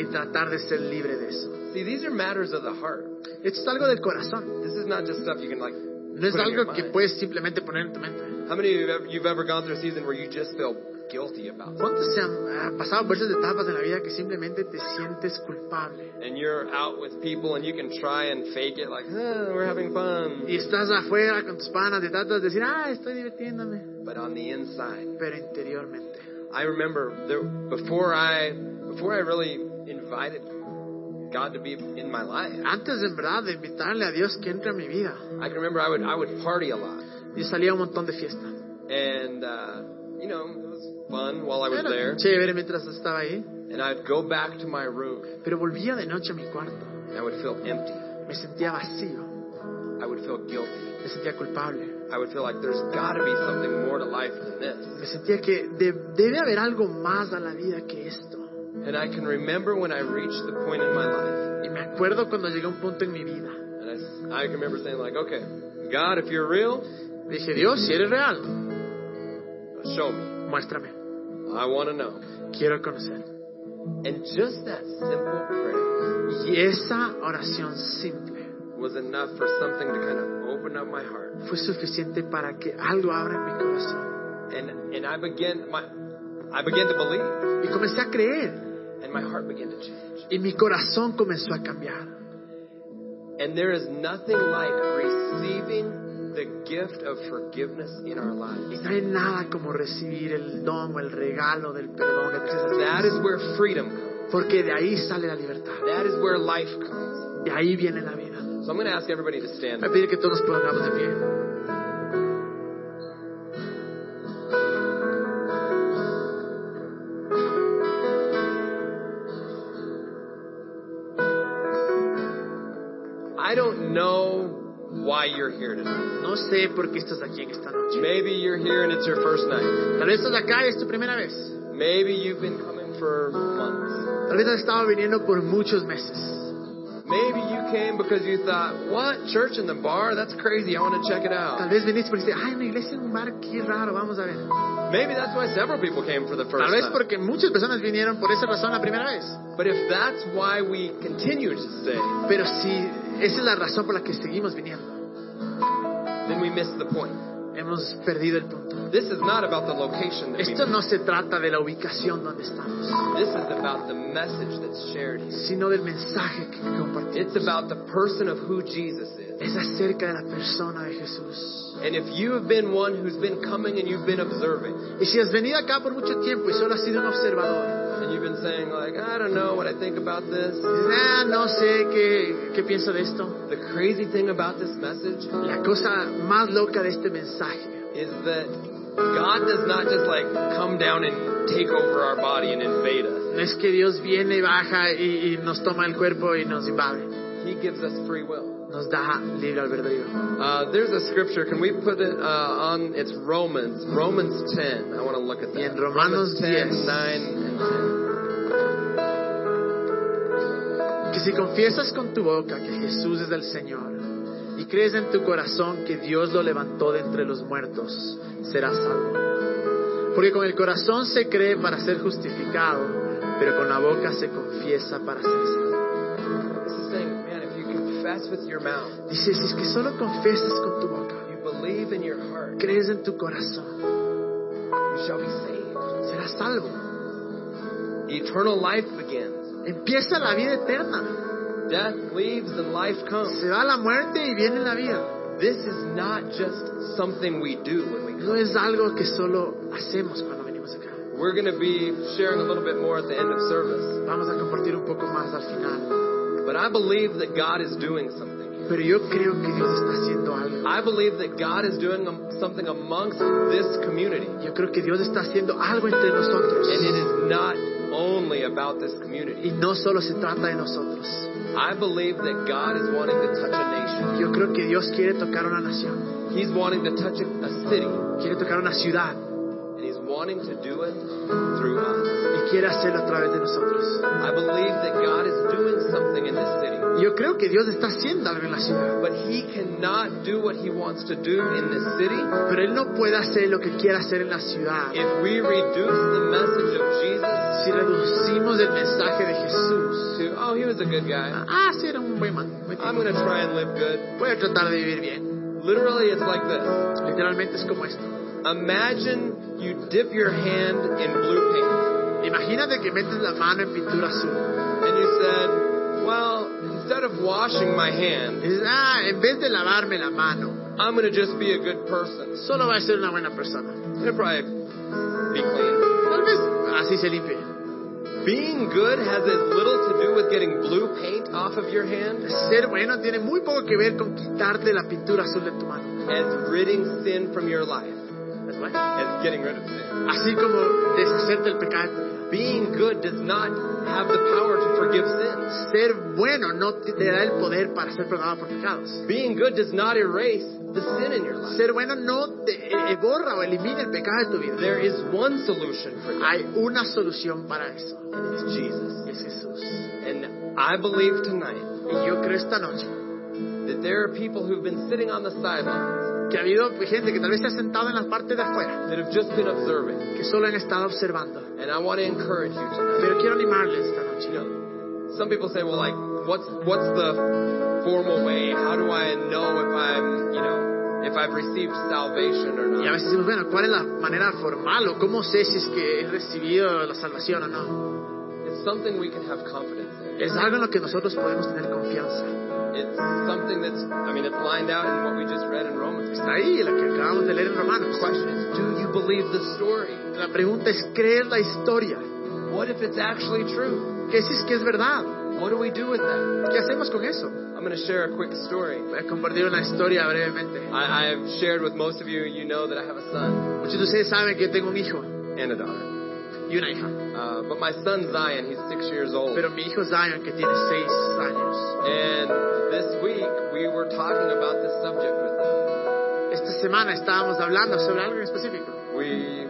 Speaker 2: y tratar de ser libre de eso.
Speaker 1: See, these are matters of the heart.
Speaker 2: Esto es algo del corazón.
Speaker 1: This is not just stuff you can like.
Speaker 2: No es
Speaker 1: put in your
Speaker 2: algo que
Speaker 1: mind.
Speaker 2: puedes simplemente poner en tu mente.
Speaker 1: How many of you have ever, you've ever gone through a season where you just feel guilty about something?
Speaker 2: ¿Cuántos se han ah, pasado por esas etapas de la vida que simplemente te sientes culpable?
Speaker 1: And you're out with people and you can try and fake it like, "Ah, we're having fun.
Speaker 2: Y estás afuera con tus panas y tratas de decir, ah, estoy divirtiéndome.
Speaker 1: But on the inside,
Speaker 2: Pero interiormente.
Speaker 1: I remember there, before I before I really invited God to be in my life.
Speaker 2: Antes en verdad de invitarle a Dios que entre a mi vida,
Speaker 1: I can remember I would I would party a lot,
Speaker 2: yo salía a un montón de fiesta.
Speaker 1: and uh, you know it was fun while I was
Speaker 2: Era
Speaker 1: there.
Speaker 2: chévere mientras estaba ahí.
Speaker 1: And I'd go back to my room
Speaker 2: Pero volvía de noche a mi cuarto.
Speaker 1: and I would feel empty.
Speaker 2: Me sentía vacío.
Speaker 1: I would feel guilty.
Speaker 2: Me sentía culpable.
Speaker 1: I would feel like there's got to be something more to life than this.
Speaker 2: Me sentía que de- debe haber algo más a la vida que esto.
Speaker 1: And I can remember when I reached the point in my life,
Speaker 2: Y me acuerdo cuando llegué a un punto en mi vida.
Speaker 1: and I, s- I can remember saying like, okay, God, if you're real,
Speaker 2: Dije, Dios, si eres real,
Speaker 1: show me.
Speaker 2: muéstrame.
Speaker 1: I want to know.
Speaker 2: Quiero conocer.
Speaker 1: And just that simple prayer
Speaker 2: Y esa oración simple
Speaker 1: was enough for something to kind of open up my heart.
Speaker 2: fue suficiente para que algo abra en mi corazón.
Speaker 1: And and I began my I began to believe
Speaker 2: Y comencé a creer.
Speaker 1: and my heart began to change.
Speaker 2: Y mi corazón comenzó a cambiar.
Speaker 1: And there is nothing like receiving the gift of forgiveness in our
Speaker 2: Y
Speaker 1: lives.
Speaker 2: no hay nada como recibir el don o el regalo del perdón que tienes a
Speaker 1: That
Speaker 2: ti.
Speaker 1: is where freedom comes.
Speaker 2: Porque de ahí sale la libertad.
Speaker 1: That is where life comes.
Speaker 2: De ahí viene la vida.
Speaker 1: So I'm going to ask everybody to stand.
Speaker 2: Voy a
Speaker 1: up.
Speaker 2: pedir que todos nos pongamos de pie.
Speaker 1: know why you're here tonight.
Speaker 2: No sé por qué estás aquí en esta noche.
Speaker 1: Maybe you're here and it's your first night.
Speaker 2: Tal vez estás acá y es tu primera vez.
Speaker 1: Maybe you've been coming for months.
Speaker 2: Tal vez has estado viniendo por muchos meses.
Speaker 1: Maybe you came because you thought, what? Church in the bar? That's crazy. I want to check it
Speaker 2: Tal
Speaker 1: out.
Speaker 2: vez viniste porque dices, ay, una iglesia en un bar, qué raro, vamos a ver.
Speaker 1: Maybe that's why several people came for the first
Speaker 2: Tal vez
Speaker 1: time.
Speaker 2: porque muchas personas vinieron por esa razón la primera vez.
Speaker 1: But if that's why we continue to stay,
Speaker 2: Pero si esa es la razón por la que seguimos viniendo,
Speaker 1: then we miss the point.
Speaker 2: hemos perdido el punto.
Speaker 1: This is not about the location that we
Speaker 2: Esto no se trata de la ubicación donde estamos,
Speaker 1: This is about the message that's shared here.
Speaker 2: sino del mensaje que compartimos.
Speaker 1: It's about the person of who Jesus is.
Speaker 2: Es acerca de la persona de Jesús.
Speaker 1: And if you have been one who's been coming and you've been observing,
Speaker 2: Y si has venido acá por mucho tiempo y solo has sido un observador,
Speaker 1: and you've been saying, like, I don't know what I think about this,
Speaker 2: dices, ah, no sé qué, qué pienso de esto.
Speaker 1: the crazy thing about this message
Speaker 2: La cosa más loca de este mensaje
Speaker 1: is that God does not just, like, come down and take over our body and invade us.
Speaker 2: no es que Dios viene, baja y, y nos toma el cuerpo y nos invade.
Speaker 1: He gives us free will.
Speaker 2: Nos da libre albedrío.
Speaker 1: Uh, there's a scripture. Can we put it uh, on? It's Romans. Romans 10. I want to look at that.
Speaker 2: Y en Romanos 10.
Speaker 1: 9 and 10.
Speaker 2: Que si confiesas con tu boca que Jesús es el Señor y crees en tu corazón que Dios lo levantó de entre los muertos, serás salvo. Porque con el corazón se cree para ser justificado, pero con la boca se confiesa para ser salvo.
Speaker 1: This is saying, man, if you confess with your mouth,
Speaker 2: Dice, si es que solo confiesas con tu boca,
Speaker 1: you believe in your heart,
Speaker 2: crees en tu corazón,
Speaker 1: you shall be saved.
Speaker 2: serás salvo.
Speaker 1: Eternal life begins.
Speaker 2: Empieza la vida eterna.
Speaker 1: Death leaves and life comes.
Speaker 2: Se va la muerte y viene la vida.
Speaker 1: This is not just something we do when we come.
Speaker 2: No es algo que solo hacemos cuando venimos acá.
Speaker 1: We're going to be sharing a little bit more at the end of service.
Speaker 2: Vamos a compartir un poco más al final.
Speaker 1: But I believe that God is doing something here.
Speaker 2: Pero yo creo que Dios está haciendo algo.
Speaker 1: I believe that God is doing um, something amongst this community.
Speaker 2: Yo creo que Dios está haciendo algo entre nosotros.
Speaker 1: And it is not only about this community.
Speaker 2: Y no solo se trata de nosotros.
Speaker 1: I believe that God is wanting to touch a nation.
Speaker 2: Yo creo que Dios quiere tocar una nación,
Speaker 1: He's wanting to touch a, a city.
Speaker 2: quiere tocar una ciudad
Speaker 1: and He's wanting to do it through us.
Speaker 2: y quiere hacerlo a través de nosotros.
Speaker 1: I believe that God is doing something in this city,
Speaker 2: Yo creo que Dios está haciendo algo en la ciudad,
Speaker 1: but He cannot do what He wants to do in this city
Speaker 2: pero Él no puede hacer lo que quiere hacer en la ciudad.
Speaker 1: if we reduce the message of Jesus
Speaker 2: Si reducimos el mensaje de Jesús,
Speaker 1: to, oh, he was a good guy.
Speaker 2: ah, sí, era un buen man, buen
Speaker 1: I'm
Speaker 2: tipo.
Speaker 1: going to try and live good.
Speaker 2: voy a tratar de vivir bien.
Speaker 1: Literally, it's like this.
Speaker 2: Literalmente es como esto.
Speaker 1: Imagine you dip your hand in blue paint
Speaker 2: Imagínate que metes la mano en pintura azul.
Speaker 1: and you said, well, instead of washing my
Speaker 2: Y
Speaker 1: hand,
Speaker 2: dices, ah, en vez de lavarme la mano,
Speaker 1: I'm going to just be a good person.
Speaker 2: solo va a ser una buena persona.
Speaker 1: It'll probably be clean.
Speaker 2: Tal vez así se limpie.
Speaker 1: Being good has as little to do with getting blue paint off of your hand
Speaker 2: Ser bueno tiene muy poco que ver con quitarte la pintura azul de tu mano.
Speaker 1: as ridding sin from your life,
Speaker 2: Es bueno.
Speaker 1: as getting rid of sin.
Speaker 2: Así como deshacerte del pecado.
Speaker 1: Being good does not have the power to forgive sins.
Speaker 2: Ser bueno no te te da el poder para ser perdonado por pecados.
Speaker 1: Being good does not erase the sin in your life.
Speaker 2: Ser bueno no te eh, eh, borra o elimina el pecado de tu vida.
Speaker 1: There is one solution for that,
Speaker 2: Hay una solución para eso.
Speaker 1: and it's Jesus.
Speaker 2: y Es Jesús.
Speaker 1: And I believe tonight
Speaker 2: Y yo creo esta noche
Speaker 1: that there are people who've been sitting on the sidelines
Speaker 2: que ha habido gente que tal vez se ha sentado en la parte de afuera,
Speaker 1: that have just been observing.
Speaker 2: que solo han estado observando.
Speaker 1: And I want to encourage you tonight.
Speaker 2: Pero quiero animarles esta noche.
Speaker 1: You know, some people say, well, like, what's what's the formal way? How do I know if I'm, you know, if I've received salvation or
Speaker 2: Y a
Speaker 1: not?
Speaker 2: veces decimos, bueno, ¿cuál es la manera formal o cómo sé si es que he recibido la salvación o no?
Speaker 1: It's something we can have confidence in.
Speaker 2: Es algo en lo que nosotros podemos tener confianza.
Speaker 1: It's something that's, I mean, it's lined out in what we just read in Romans.
Speaker 2: Está ahí lo que acabamos de leer en
Speaker 1: The
Speaker 2: Romanos.
Speaker 1: question is, do you believe the story?
Speaker 2: La pregunta es, ¿crees la historia?
Speaker 1: What if it's actually true?
Speaker 2: ¿Qué si es que es verdad?
Speaker 1: What do we do with that?
Speaker 2: ¿Qué hacemos con eso?
Speaker 1: I'm going to share a quick story.
Speaker 2: Voy a compartir una historia brevemente.
Speaker 1: I, I've shared with most of you, you know that I have a son
Speaker 2: Muchos de ustedes saben que yo tengo un hijo
Speaker 1: and a daughter.
Speaker 2: y y una hija.
Speaker 1: Uh, but my son Zion, he's six years old.
Speaker 2: Pero mi hijo Zion, que tiene seis años,
Speaker 1: And this week we were talking about this subject with him.
Speaker 2: esta semana estábamos hablando sobre algo en específico.
Speaker 1: We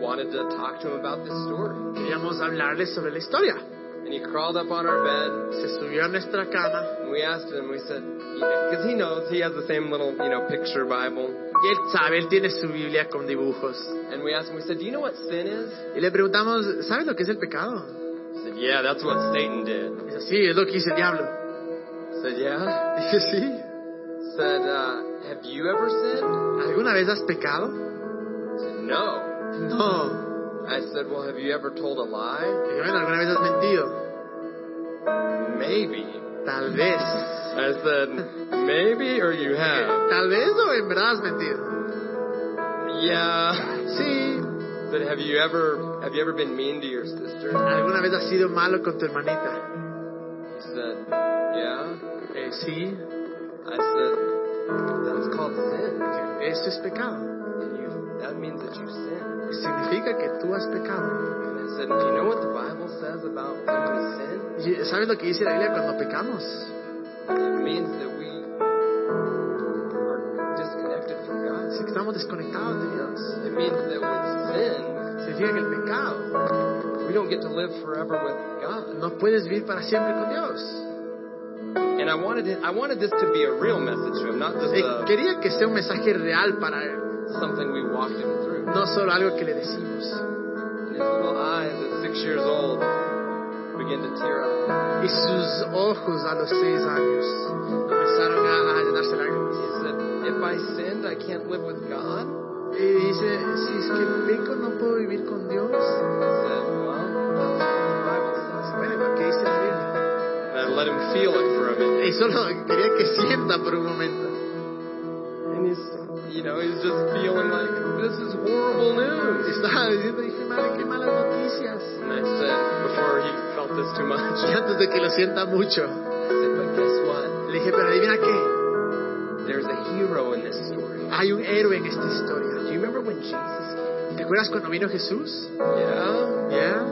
Speaker 1: wanted to talk to him about this story.
Speaker 2: Queríamos hablarles sobre la historia.
Speaker 1: And he crawled up on our bed
Speaker 2: Se subió a nuestra cama
Speaker 1: and we asked him, we said, because he knows he has the same little, you know, picture Bible.
Speaker 2: y él sabe, él tiene su Biblia con dibujos.
Speaker 1: And we asked him, we said, do you know what sin is?
Speaker 2: Y le preguntamos, ¿sabes lo que es el pecado?
Speaker 1: He said, yeah, that's what Satan did.
Speaker 2: Dice, sí, es lo que hizo el diablo. [laughs]
Speaker 1: I said, yeah.
Speaker 2: Dije, sí.
Speaker 1: Said, uh, have you ever sinned?
Speaker 2: ¿Alguna vez has pecado?
Speaker 1: I said, no.
Speaker 2: No.
Speaker 1: I said, well, have you ever told a lie?
Speaker 2: Dije, bueno, ¿alguna vez has mentido?
Speaker 1: Maybe.
Speaker 2: Tal vez. [laughs]
Speaker 1: I said, maybe or you have.
Speaker 2: Tal vez o en verdad has mentido.
Speaker 1: Yeah.
Speaker 2: Sí.
Speaker 1: But have you ever have you ever been mean to your sister?
Speaker 2: ¿Alguna vez has sido malo con tu hermanita?
Speaker 1: He said, Yeah.
Speaker 2: Eh, sí.
Speaker 1: I said, That's called sin.
Speaker 2: Eso es pecado.
Speaker 1: And you that means that you sin.
Speaker 2: Significa que tú has pecado.
Speaker 1: And I said, Do you know what the Bible says about when we sin?
Speaker 2: Y- ¿Sabes lo que dice la Biblia cuando pecamos?
Speaker 1: It means that we are disconnected from God.
Speaker 2: Es que estamos desconectados de Dios.
Speaker 1: It means that with sin
Speaker 2: Significa que el pecado
Speaker 1: we don't get to live forever with God.
Speaker 2: no puedes vivir para siempre con Dios.
Speaker 1: And I wanted it, I wanted this to be a real message to him, not just
Speaker 2: Eh,
Speaker 1: a,
Speaker 2: quería que sea un mensaje real para él,
Speaker 1: something we walked him through.
Speaker 2: no solo algo que le decimos.
Speaker 1: And his little eyes at six years old begin to tear up.
Speaker 2: Y sus ojos a los seis años comenzaron a, a llenarse de lágrimas.
Speaker 1: He said, If I sinned, I can't live with God.
Speaker 2: Y dice, si es que peco no puedo vivir con
Speaker 1: I
Speaker 2: Dios.
Speaker 1: said, Well, that's what the Bible says.
Speaker 2: Bueno, ¿qué dice la Biblia?
Speaker 1: And I let him feel it for a minute.
Speaker 2: Y solo quería que sienta por un momento.
Speaker 1: And he's, you know, he's just feeling like, This is horrible news.
Speaker 2: Estaba diciendo, dije, madre, qué malas noticias.
Speaker 1: And I said, before he felt this too much, [laughs]
Speaker 2: Y antes de que lo sienta
Speaker 1: I
Speaker 2: mucho,
Speaker 1: said, But guess what?
Speaker 2: le dije, pero adivina qué,
Speaker 1: There's a hero in this story.
Speaker 2: hay un héroe en esta historia.
Speaker 1: Do you remember when Jesus came?
Speaker 2: ¿Te acuerdas cuando vino Jesús?
Speaker 1: Yeah.
Speaker 2: Yeah.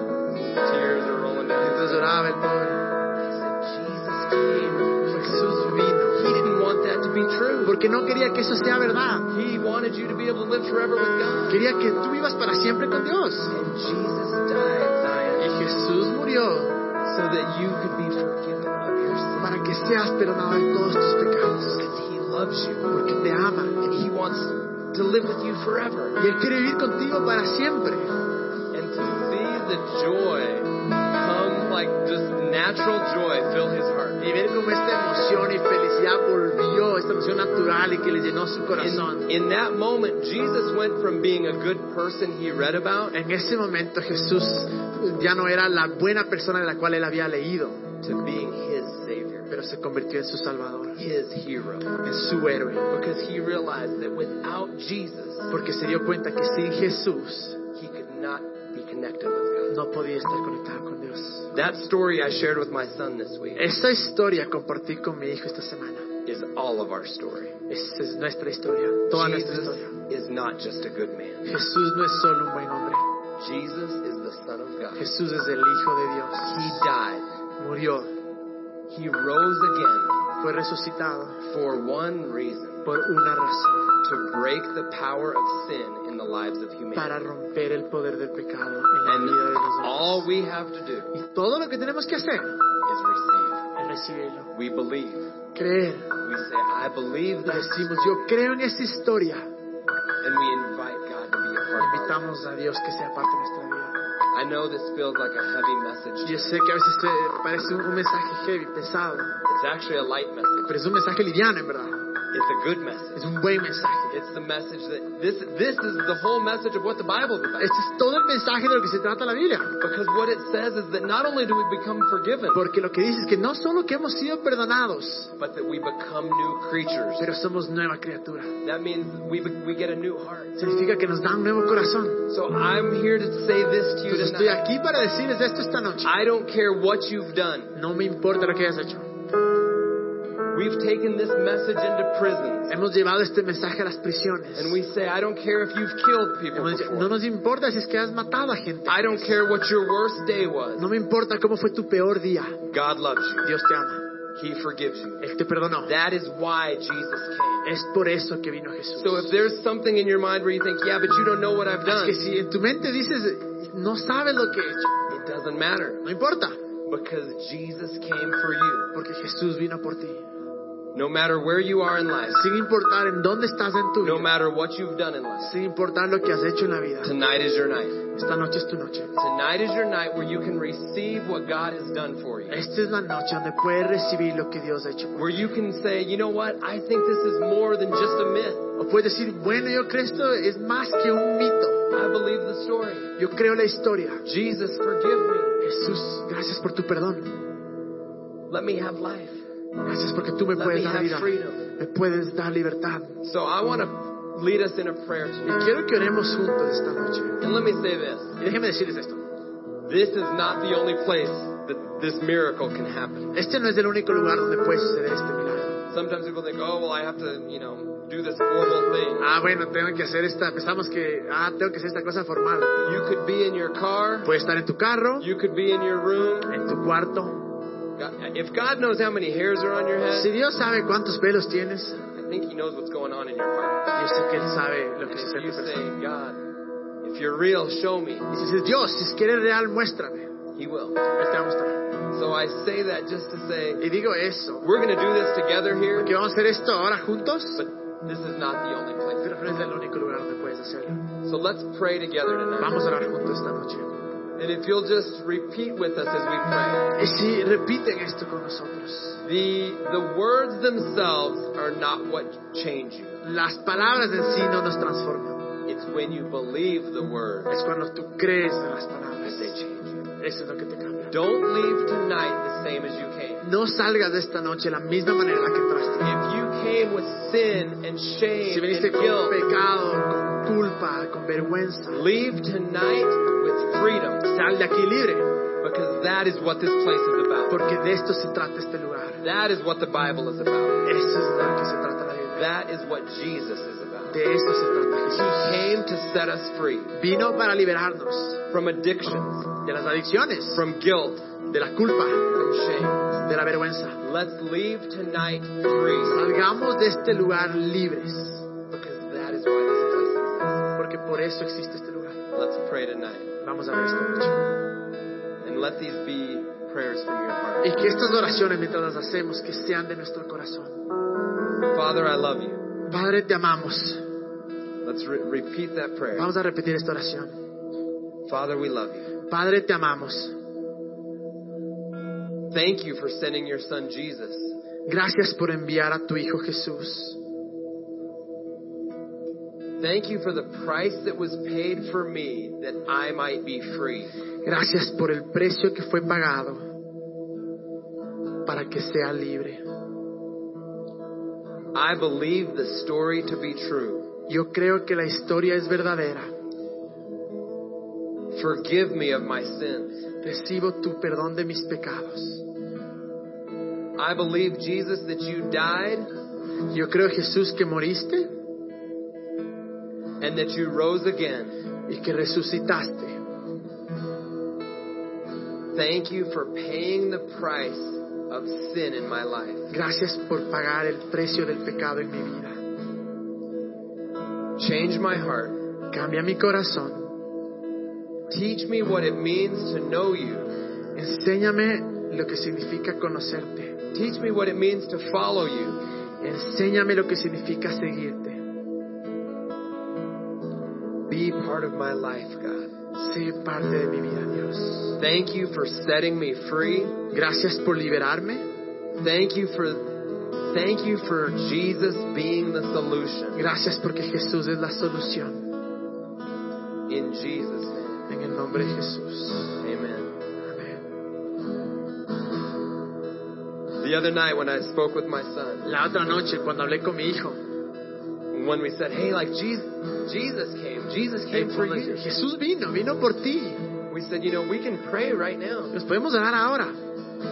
Speaker 1: Tears are rolling down.
Speaker 2: Entonces lloraba el pobre.
Speaker 1: I said, Jesus came.
Speaker 2: Jesús vino.
Speaker 1: He didn't want that to be true.
Speaker 2: Porque no quería que eso sea verdad.
Speaker 1: He wanted you to be able to live forever with God.
Speaker 2: Quería que tú vivas para siempre con Dios.
Speaker 1: And Jesus died, Zion.
Speaker 2: Y Jesús murió
Speaker 1: so that you could be forgiven of your sin.
Speaker 2: para que seas perdonado de todos tus pecados.
Speaker 1: Because He loves you
Speaker 2: Porque te ama.
Speaker 1: and He wants to live with you forever.
Speaker 2: Y Él quiere vivir contigo para siempre.
Speaker 1: And to see the joy come like just natural joy fill His heart.
Speaker 2: Y ver cómo esta emoción y felicidad volvió, esta emoción natural y que le llenó su corazón.
Speaker 1: In, in that moment, Jesus went from being a good person he read about
Speaker 2: En ese momento Jesús ya no era la buena persona de la cual él había leído,
Speaker 1: to being His Savior,
Speaker 2: pero se convirtió en su salvador,
Speaker 1: His hero.
Speaker 2: en su héroe,
Speaker 1: Because he realized that without Jesus,
Speaker 2: porque se dio cuenta que sin Jesús
Speaker 1: he could not be connected with God.
Speaker 2: no podía estar conectado con Dios.
Speaker 1: That story I shared with my son this week
Speaker 2: Esta historia compartí con mi hijo esta semana.
Speaker 1: is all of our story.
Speaker 2: Esa es nuestra historia, toda nuestra
Speaker 1: Jesus
Speaker 2: historia.
Speaker 1: is not just a good man.
Speaker 2: Jesús no es solo un buen hombre,
Speaker 1: Jesus is the Son of God.
Speaker 2: Jesús es el Hijo de Dios.
Speaker 1: He died.
Speaker 2: Murió,
Speaker 1: He rose again
Speaker 2: fue resucitado
Speaker 1: for one reason
Speaker 2: por una razón,
Speaker 1: to break the power of sin in the lives of
Speaker 2: para
Speaker 1: humanity.
Speaker 2: romper el poder del pecado en la
Speaker 1: And
Speaker 2: vida de los
Speaker 1: all
Speaker 2: hombres.
Speaker 1: Oh, we have to do
Speaker 2: Y todo lo que tenemos que hacer
Speaker 1: is receive.
Speaker 2: es recibirlo,
Speaker 1: We believe.
Speaker 2: creer.
Speaker 1: We say, I believe
Speaker 2: Y
Speaker 1: this.
Speaker 2: Decimos, yo creo en esta historia.
Speaker 1: And we invite God to be a part of it.
Speaker 2: Invitamos a Dios que sea parte de nuestra vida.
Speaker 1: I know this feels like a heavy message.
Speaker 2: Yo sé que a veces te parece un, un mensaje heavy, pesado,
Speaker 1: It's actually a light message.
Speaker 2: pero es un mensaje liviano en verdad.
Speaker 1: It's a good message.
Speaker 2: Es un buen mensaje.
Speaker 1: It's the message that this this is the whole message of what the Bible's about.
Speaker 2: Este es todo el mensaje de lo que se trata la Biblia.
Speaker 1: Because what it says is that not only do we become forgiven,
Speaker 2: Porque lo que dice es que no solo que hemos sido perdonados,
Speaker 1: but that we become new creatures.
Speaker 2: pero somos nueva criatura.
Speaker 1: That means we, be- we get a new heart.
Speaker 2: Significa que nos da un nuevo corazón.
Speaker 1: So I'm here to say this to you
Speaker 2: Entonces estoy
Speaker 1: tonight.
Speaker 2: aquí para decirles esto esta noche.
Speaker 1: I don't care what you've done.
Speaker 2: No me importa lo que hayas hecho.
Speaker 1: We've taken this message into prisons.
Speaker 2: Hemos llevado este mensaje a las prisiones.
Speaker 1: And we say, I don't care if you've killed people
Speaker 2: Hemos dicho, no
Speaker 1: before.
Speaker 2: nos importa si es que has matado a gente.
Speaker 1: I don't care what your worst day was.
Speaker 2: No me importa cómo fue tu peor día.
Speaker 1: God loves you.
Speaker 2: Dios te ama.
Speaker 1: He forgives you.
Speaker 2: Él te perdonó.
Speaker 1: That is why Jesus came.
Speaker 2: Es por eso que vino Jesús.
Speaker 1: So if there's something in your mind where you think, yeah, but you don't know what I've
Speaker 2: Así
Speaker 1: done,
Speaker 2: que si en tu mente dices, no sabes lo que he hecho,
Speaker 1: it doesn't matter
Speaker 2: no importa,
Speaker 1: because Jesus came for you.
Speaker 2: porque Jesús vino por ti.
Speaker 1: No matter where you are in life,
Speaker 2: Sin importar en dónde estás en tu
Speaker 1: no
Speaker 2: vida,
Speaker 1: matter what you've done in life,
Speaker 2: sin importar lo que has hecho en la vida,
Speaker 1: tonight is your night.
Speaker 2: esta noche es tu noche.
Speaker 1: Tonight is your night where you can receive what God has done for you.
Speaker 2: Esta es la noche donde puedes recibir lo que Dios ha hecho. por ti.
Speaker 1: Where you can say, you know what, I think this is more than just a myth.
Speaker 2: O puedes decir, bueno, yo creo esto es más que un mito.
Speaker 1: I believe the story.
Speaker 2: Yo creo la historia.
Speaker 1: Jesus, forgive me.
Speaker 2: Jesús, gracias por tu perdón.
Speaker 1: Let me have life.
Speaker 2: Gracias porque tú me
Speaker 1: Let
Speaker 2: puedes
Speaker 1: me
Speaker 2: dar
Speaker 1: have
Speaker 2: vida.
Speaker 1: freedom.
Speaker 2: Me puedes dar libertad.
Speaker 1: So I want to lead us in a prayer
Speaker 2: Y
Speaker 1: tonight.
Speaker 2: quiero que oremos juntos esta noche.
Speaker 1: And let me say this.
Speaker 2: Y déjenme decirles esto.
Speaker 1: This is not the only place that this miracle can happen.
Speaker 2: Este no es el único lugar donde puede suceder este milagro.
Speaker 1: Sometimes people think, oh, well, I have to, you know, do this formal thing.
Speaker 2: Ah, bueno, tengo que hacer esta. Pensamos que, ah, tengo que hacer esta cosa formal.
Speaker 1: You could be in your car.
Speaker 2: Puede estar en tu carro,
Speaker 1: You could be in your room.
Speaker 2: en tu cuarto.
Speaker 1: God- If God knows how many hairs are on your
Speaker 2: Si
Speaker 1: head,
Speaker 2: Dios sabe cuántos pelos tienes,
Speaker 1: I think He knows what's going on in your heart.
Speaker 2: yo sé que Él sabe lo
Speaker 1: And
Speaker 2: que
Speaker 1: if
Speaker 2: sucede en
Speaker 1: you
Speaker 2: tu persona.
Speaker 1: say, God, if you're real, show me,
Speaker 2: Y si dices, Dios, si quieres real, muéstrame. Él
Speaker 1: He will.
Speaker 2: te va a mostrar.
Speaker 1: So I say that just to say,
Speaker 2: Y digo eso.
Speaker 1: we're going to do this together here,
Speaker 2: Que vamos a hacer esto ahora juntos.
Speaker 1: but this is not the only place.
Speaker 2: Pero no es el único lugar donde puedes hacerlo.
Speaker 1: So let's pray together tonight.
Speaker 2: Vamos a orar juntos esta noche.
Speaker 1: And if you'll just repeat with us as we pray.
Speaker 2: Y si repiten esto con nosotros.
Speaker 1: The the words themselves are not what change you.
Speaker 2: Las palabras en sí no nos transforman.
Speaker 1: It's when you believe the word
Speaker 2: Es cuando tú crees en las
Speaker 1: that
Speaker 2: palabras.
Speaker 1: they change you.
Speaker 2: Eso es lo que te cambia.
Speaker 1: Don't leave tonight the same as you came.
Speaker 2: No salgas de esta noche de la misma manera que entraste.
Speaker 1: If you came with sin and
Speaker 2: Si
Speaker 1: shame
Speaker 2: viniste
Speaker 1: and
Speaker 2: con
Speaker 1: guilt,
Speaker 2: pecado, con culpa, con vergüenza,
Speaker 1: leave tonight with freedom
Speaker 2: sal de aquí libre,
Speaker 1: because that is what this place is about.
Speaker 2: porque de esto se trata este lugar.
Speaker 1: That is what the Bible is about.
Speaker 2: Eso es de lo que se trata la Biblia.
Speaker 1: That is what Jesus is about.
Speaker 2: De eso se trata
Speaker 1: He
Speaker 2: Jesús.
Speaker 1: came to set us free
Speaker 2: Vino para liberarnos
Speaker 1: from addictions,
Speaker 2: de las adicciones,
Speaker 1: from guilt,
Speaker 2: de la culpa,
Speaker 1: from
Speaker 2: de la vergüenza.
Speaker 1: shame. Let's leave tonight free.
Speaker 2: Salgamos de este lugar libres,
Speaker 1: Because that is why this place exists.
Speaker 2: porque por eso existe este lugar.
Speaker 1: Let's pray tonight.
Speaker 2: Vamos a ver esta noche.
Speaker 1: And let these be prayers from your heart.
Speaker 2: Y que estas oraciones, mientras las hacemos, que sean de nuestro corazón.
Speaker 1: Father, I love you.
Speaker 2: Padre, te amamos.
Speaker 1: Let's re- repeat that prayer.
Speaker 2: Vamos a repetir esta oración.
Speaker 1: Father, we love you.
Speaker 2: Padre, te amamos.
Speaker 1: Thank you for sending your son Jesus.
Speaker 2: Gracias por enviar a tu Hijo Jesús.
Speaker 1: Thank you for the price that was paid for me that I might be free.
Speaker 2: Gracias por el precio que fue pagado para que sea libre.
Speaker 1: I believe the story to be true.
Speaker 2: Yo creo que la historia es verdadera.
Speaker 1: Forgive me of my sins.
Speaker 2: Recibo tu perdón de mis pecados.
Speaker 1: I believe, Jesus, that you died
Speaker 2: Yo creo, Jesús, que moriste
Speaker 1: and that you rose again.
Speaker 2: y que resucitaste.
Speaker 1: Thank you for paying the price of sin in my life.
Speaker 2: Gracias por pagar el precio del pecado en mi vida.
Speaker 1: Change my heart.
Speaker 2: Cambia mi corazón.
Speaker 1: Teach me what it means to know you.
Speaker 2: Enséñame lo que significa conocerte.
Speaker 1: Teach me what it means to follow you.
Speaker 2: Enséñame lo que significa seguirte.
Speaker 1: Be part of my life, God.
Speaker 2: Sé parte de mi vida, Dios.
Speaker 1: Thank you for setting me free.
Speaker 2: Gracias por liberarme.
Speaker 1: Thank you for thank you for Jesus being the solution.
Speaker 2: Gracias porque Jesús es la solución.
Speaker 1: In Jesus'
Speaker 2: En el nombre de Jesús.
Speaker 1: name. Amen.
Speaker 2: Amén.
Speaker 1: The other night when I spoke with my son,
Speaker 2: La otra noche, cuando hablé con mi hijo,
Speaker 1: when we said, Hey, like Jesus Jesus came, Jesus came
Speaker 2: él
Speaker 1: for
Speaker 2: me
Speaker 1: you.
Speaker 2: dijo, eh, Jesús vino, vino por ti.
Speaker 1: We said, you know, we can pray right now.
Speaker 2: Nos podemos orar ahora.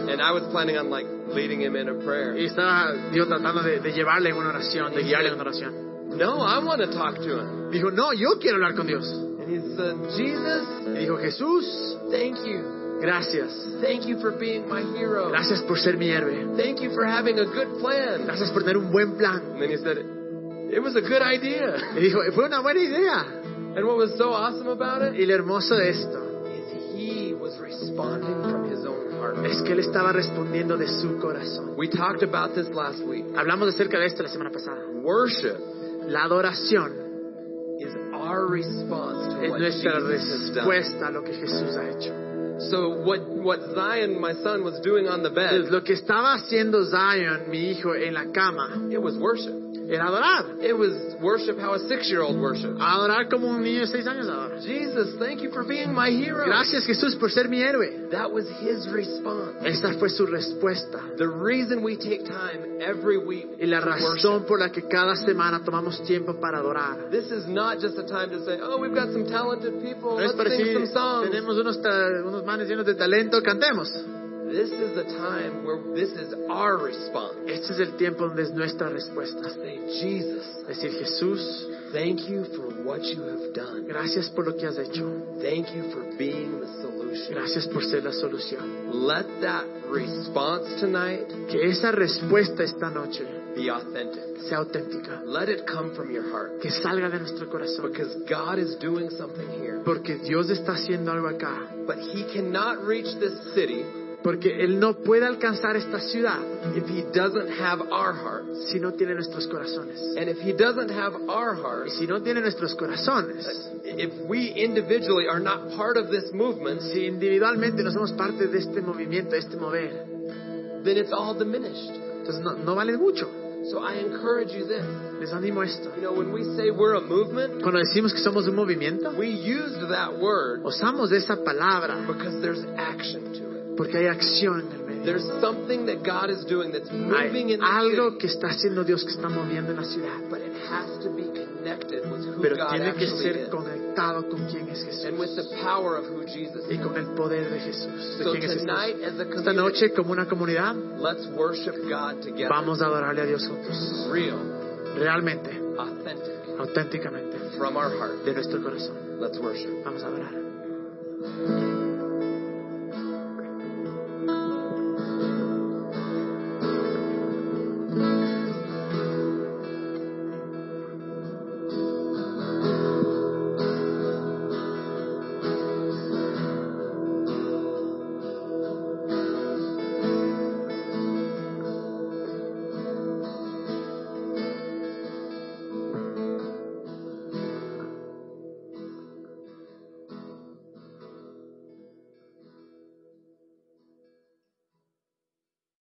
Speaker 1: And I was planning on like leading him in a prayer.
Speaker 2: Y estaba Dios tratando de, de llevarle en una oración, de guiarle en una oración.
Speaker 1: No, I want to talk to him.
Speaker 2: Dijo, no, yo quiero hablar con Dios.
Speaker 1: And he said, Jesus,
Speaker 2: Y dijo, Jesús,
Speaker 1: thank you.
Speaker 2: gracias.
Speaker 1: Thank you for being my hero.
Speaker 2: Gracias por ser mi héroe.
Speaker 1: Thank you for having a good plan.
Speaker 2: Gracias por tener un buen plan.
Speaker 1: And then he said, it was a good idea. [laughs]
Speaker 2: Y dijo, fue una buena idea.
Speaker 1: And what was so awesome about it
Speaker 2: Y lo hermoso de esto
Speaker 1: is he was responding from his own heart.
Speaker 2: es que él estaba respondiendo de su corazón.
Speaker 1: We talked about this last week.
Speaker 2: Hablamos acerca de esto la semana pasada.
Speaker 1: Worship
Speaker 2: La adoración
Speaker 1: is our response to
Speaker 2: es
Speaker 1: what
Speaker 2: nuestra
Speaker 1: Jesus has done.
Speaker 2: respuesta a lo que Jesús ha hecho.
Speaker 1: So what what Zion, my son, was doing on the
Speaker 2: Entonces,
Speaker 1: bed,
Speaker 2: lo que estaba haciendo Zion, mi hijo, en la cama,
Speaker 1: it was worship.
Speaker 2: era adorar.
Speaker 1: It was worship how a six-year-old worships.
Speaker 2: Adorar como un niño de seis años adora.
Speaker 1: Jesus, thank you for being my hero.
Speaker 2: Gracias Jesús por ser mi héroe.
Speaker 1: That was his response.
Speaker 2: Esa fue su respuesta.
Speaker 1: The reason we take time every week
Speaker 2: Y la
Speaker 1: to worship.
Speaker 2: razón por la que cada semana tomamos tiempo para adorar.
Speaker 1: This is not just a time to say, oh, we've got some talented people,
Speaker 2: No
Speaker 1: let's
Speaker 2: es para
Speaker 1: sing
Speaker 2: decir,
Speaker 1: some songs.
Speaker 2: tenemos unos, ta- unos manes llenos de talento, cantemos.
Speaker 1: This is the time where this is our response.
Speaker 2: Este es el tiempo donde es nuestra respuesta.
Speaker 1: Say, Jesus,
Speaker 2: Decir, Jesús,
Speaker 1: thank you for what you have done.
Speaker 2: gracias por lo que has hecho.
Speaker 1: Thank you for being the solution.
Speaker 2: Gracias por ser la solución.
Speaker 1: Let that response tonight
Speaker 2: Que esa respuesta esta noche
Speaker 1: be authentic.
Speaker 2: sea auténtica.
Speaker 1: Let it come from your heart
Speaker 2: Que salga de nuestro corazón.
Speaker 1: because God is doing something here.
Speaker 2: Porque Dios está haciendo algo acá.
Speaker 1: But He cannot reach this city
Speaker 2: Porque Él no puede alcanzar esta ciudad
Speaker 1: if He doesn't have our hearts.
Speaker 2: si no tiene nuestros corazones.
Speaker 1: And if He doesn't have our
Speaker 2: Y
Speaker 1: hearts,
Speaker 2: si no tiene nuestros corazones,
Speaker 1: if we individually are not part of this movement,
Speaker 2: si individualmente no somos parte de este movimiento, de este mover,
Speaker 1: then it's all diminished.
Speaker 2: entonces no, no vale mucho.
Speaker 1: So I encourage you this.
Speaker 2: Les animo esto.
Speaker 1: You know, when we say we're a movement,
Speaker 2: Cuando decimos que somos un movimiento,
Speaker 1: we used that word
Speaker 2: usamos esa palabra
Speaker 1: because there's action to it.
Speaker 2: porque hay acción en el medio.
Speaker 1: There's something that God is doing that's moving
Speaker 2: Hay
Speaker 1: in the
Speaker 2: algo
Speaker 1: city,
Speaker 2: que está haciendo Dios que está moviendo en la ciudad,
Speaker 1: but it has to be connected with who
Speaker 2: pero
Speaker 1: God
Speaker 2: tiene que
Speaker 1: actually
Speaker 2: ser
Speaker 1: is
Speaker 2: conectado con quién es
Speaker 1: and with
Speaker 2: Jesús
Speaker 1: the power of who Jesus
Speaker 2: y
Speaker 1: is.
Speaker 2: con el poder de Jesús, de
Speaker 1: So
Speaker 2: quién es Jesús.
Speaker 1: tonight, as a
Speaker 2: Esta
Speaker 1: community,
Speaker 2: noche, como una comunidad,
Speaker 1: let's worship God together.
Speaker 2: vamos a adorarle a Dios juntos,
Speaker 1: Real,
Speaker 2: realmente,
Speaker 1: authentic,
Speaker 2: auténticamente,
Speaker 1: from our heart.
Speaker 2: de nuestro corazón.
Speaker 1: Let's worship.
Speaker 2: Vamos a adorar.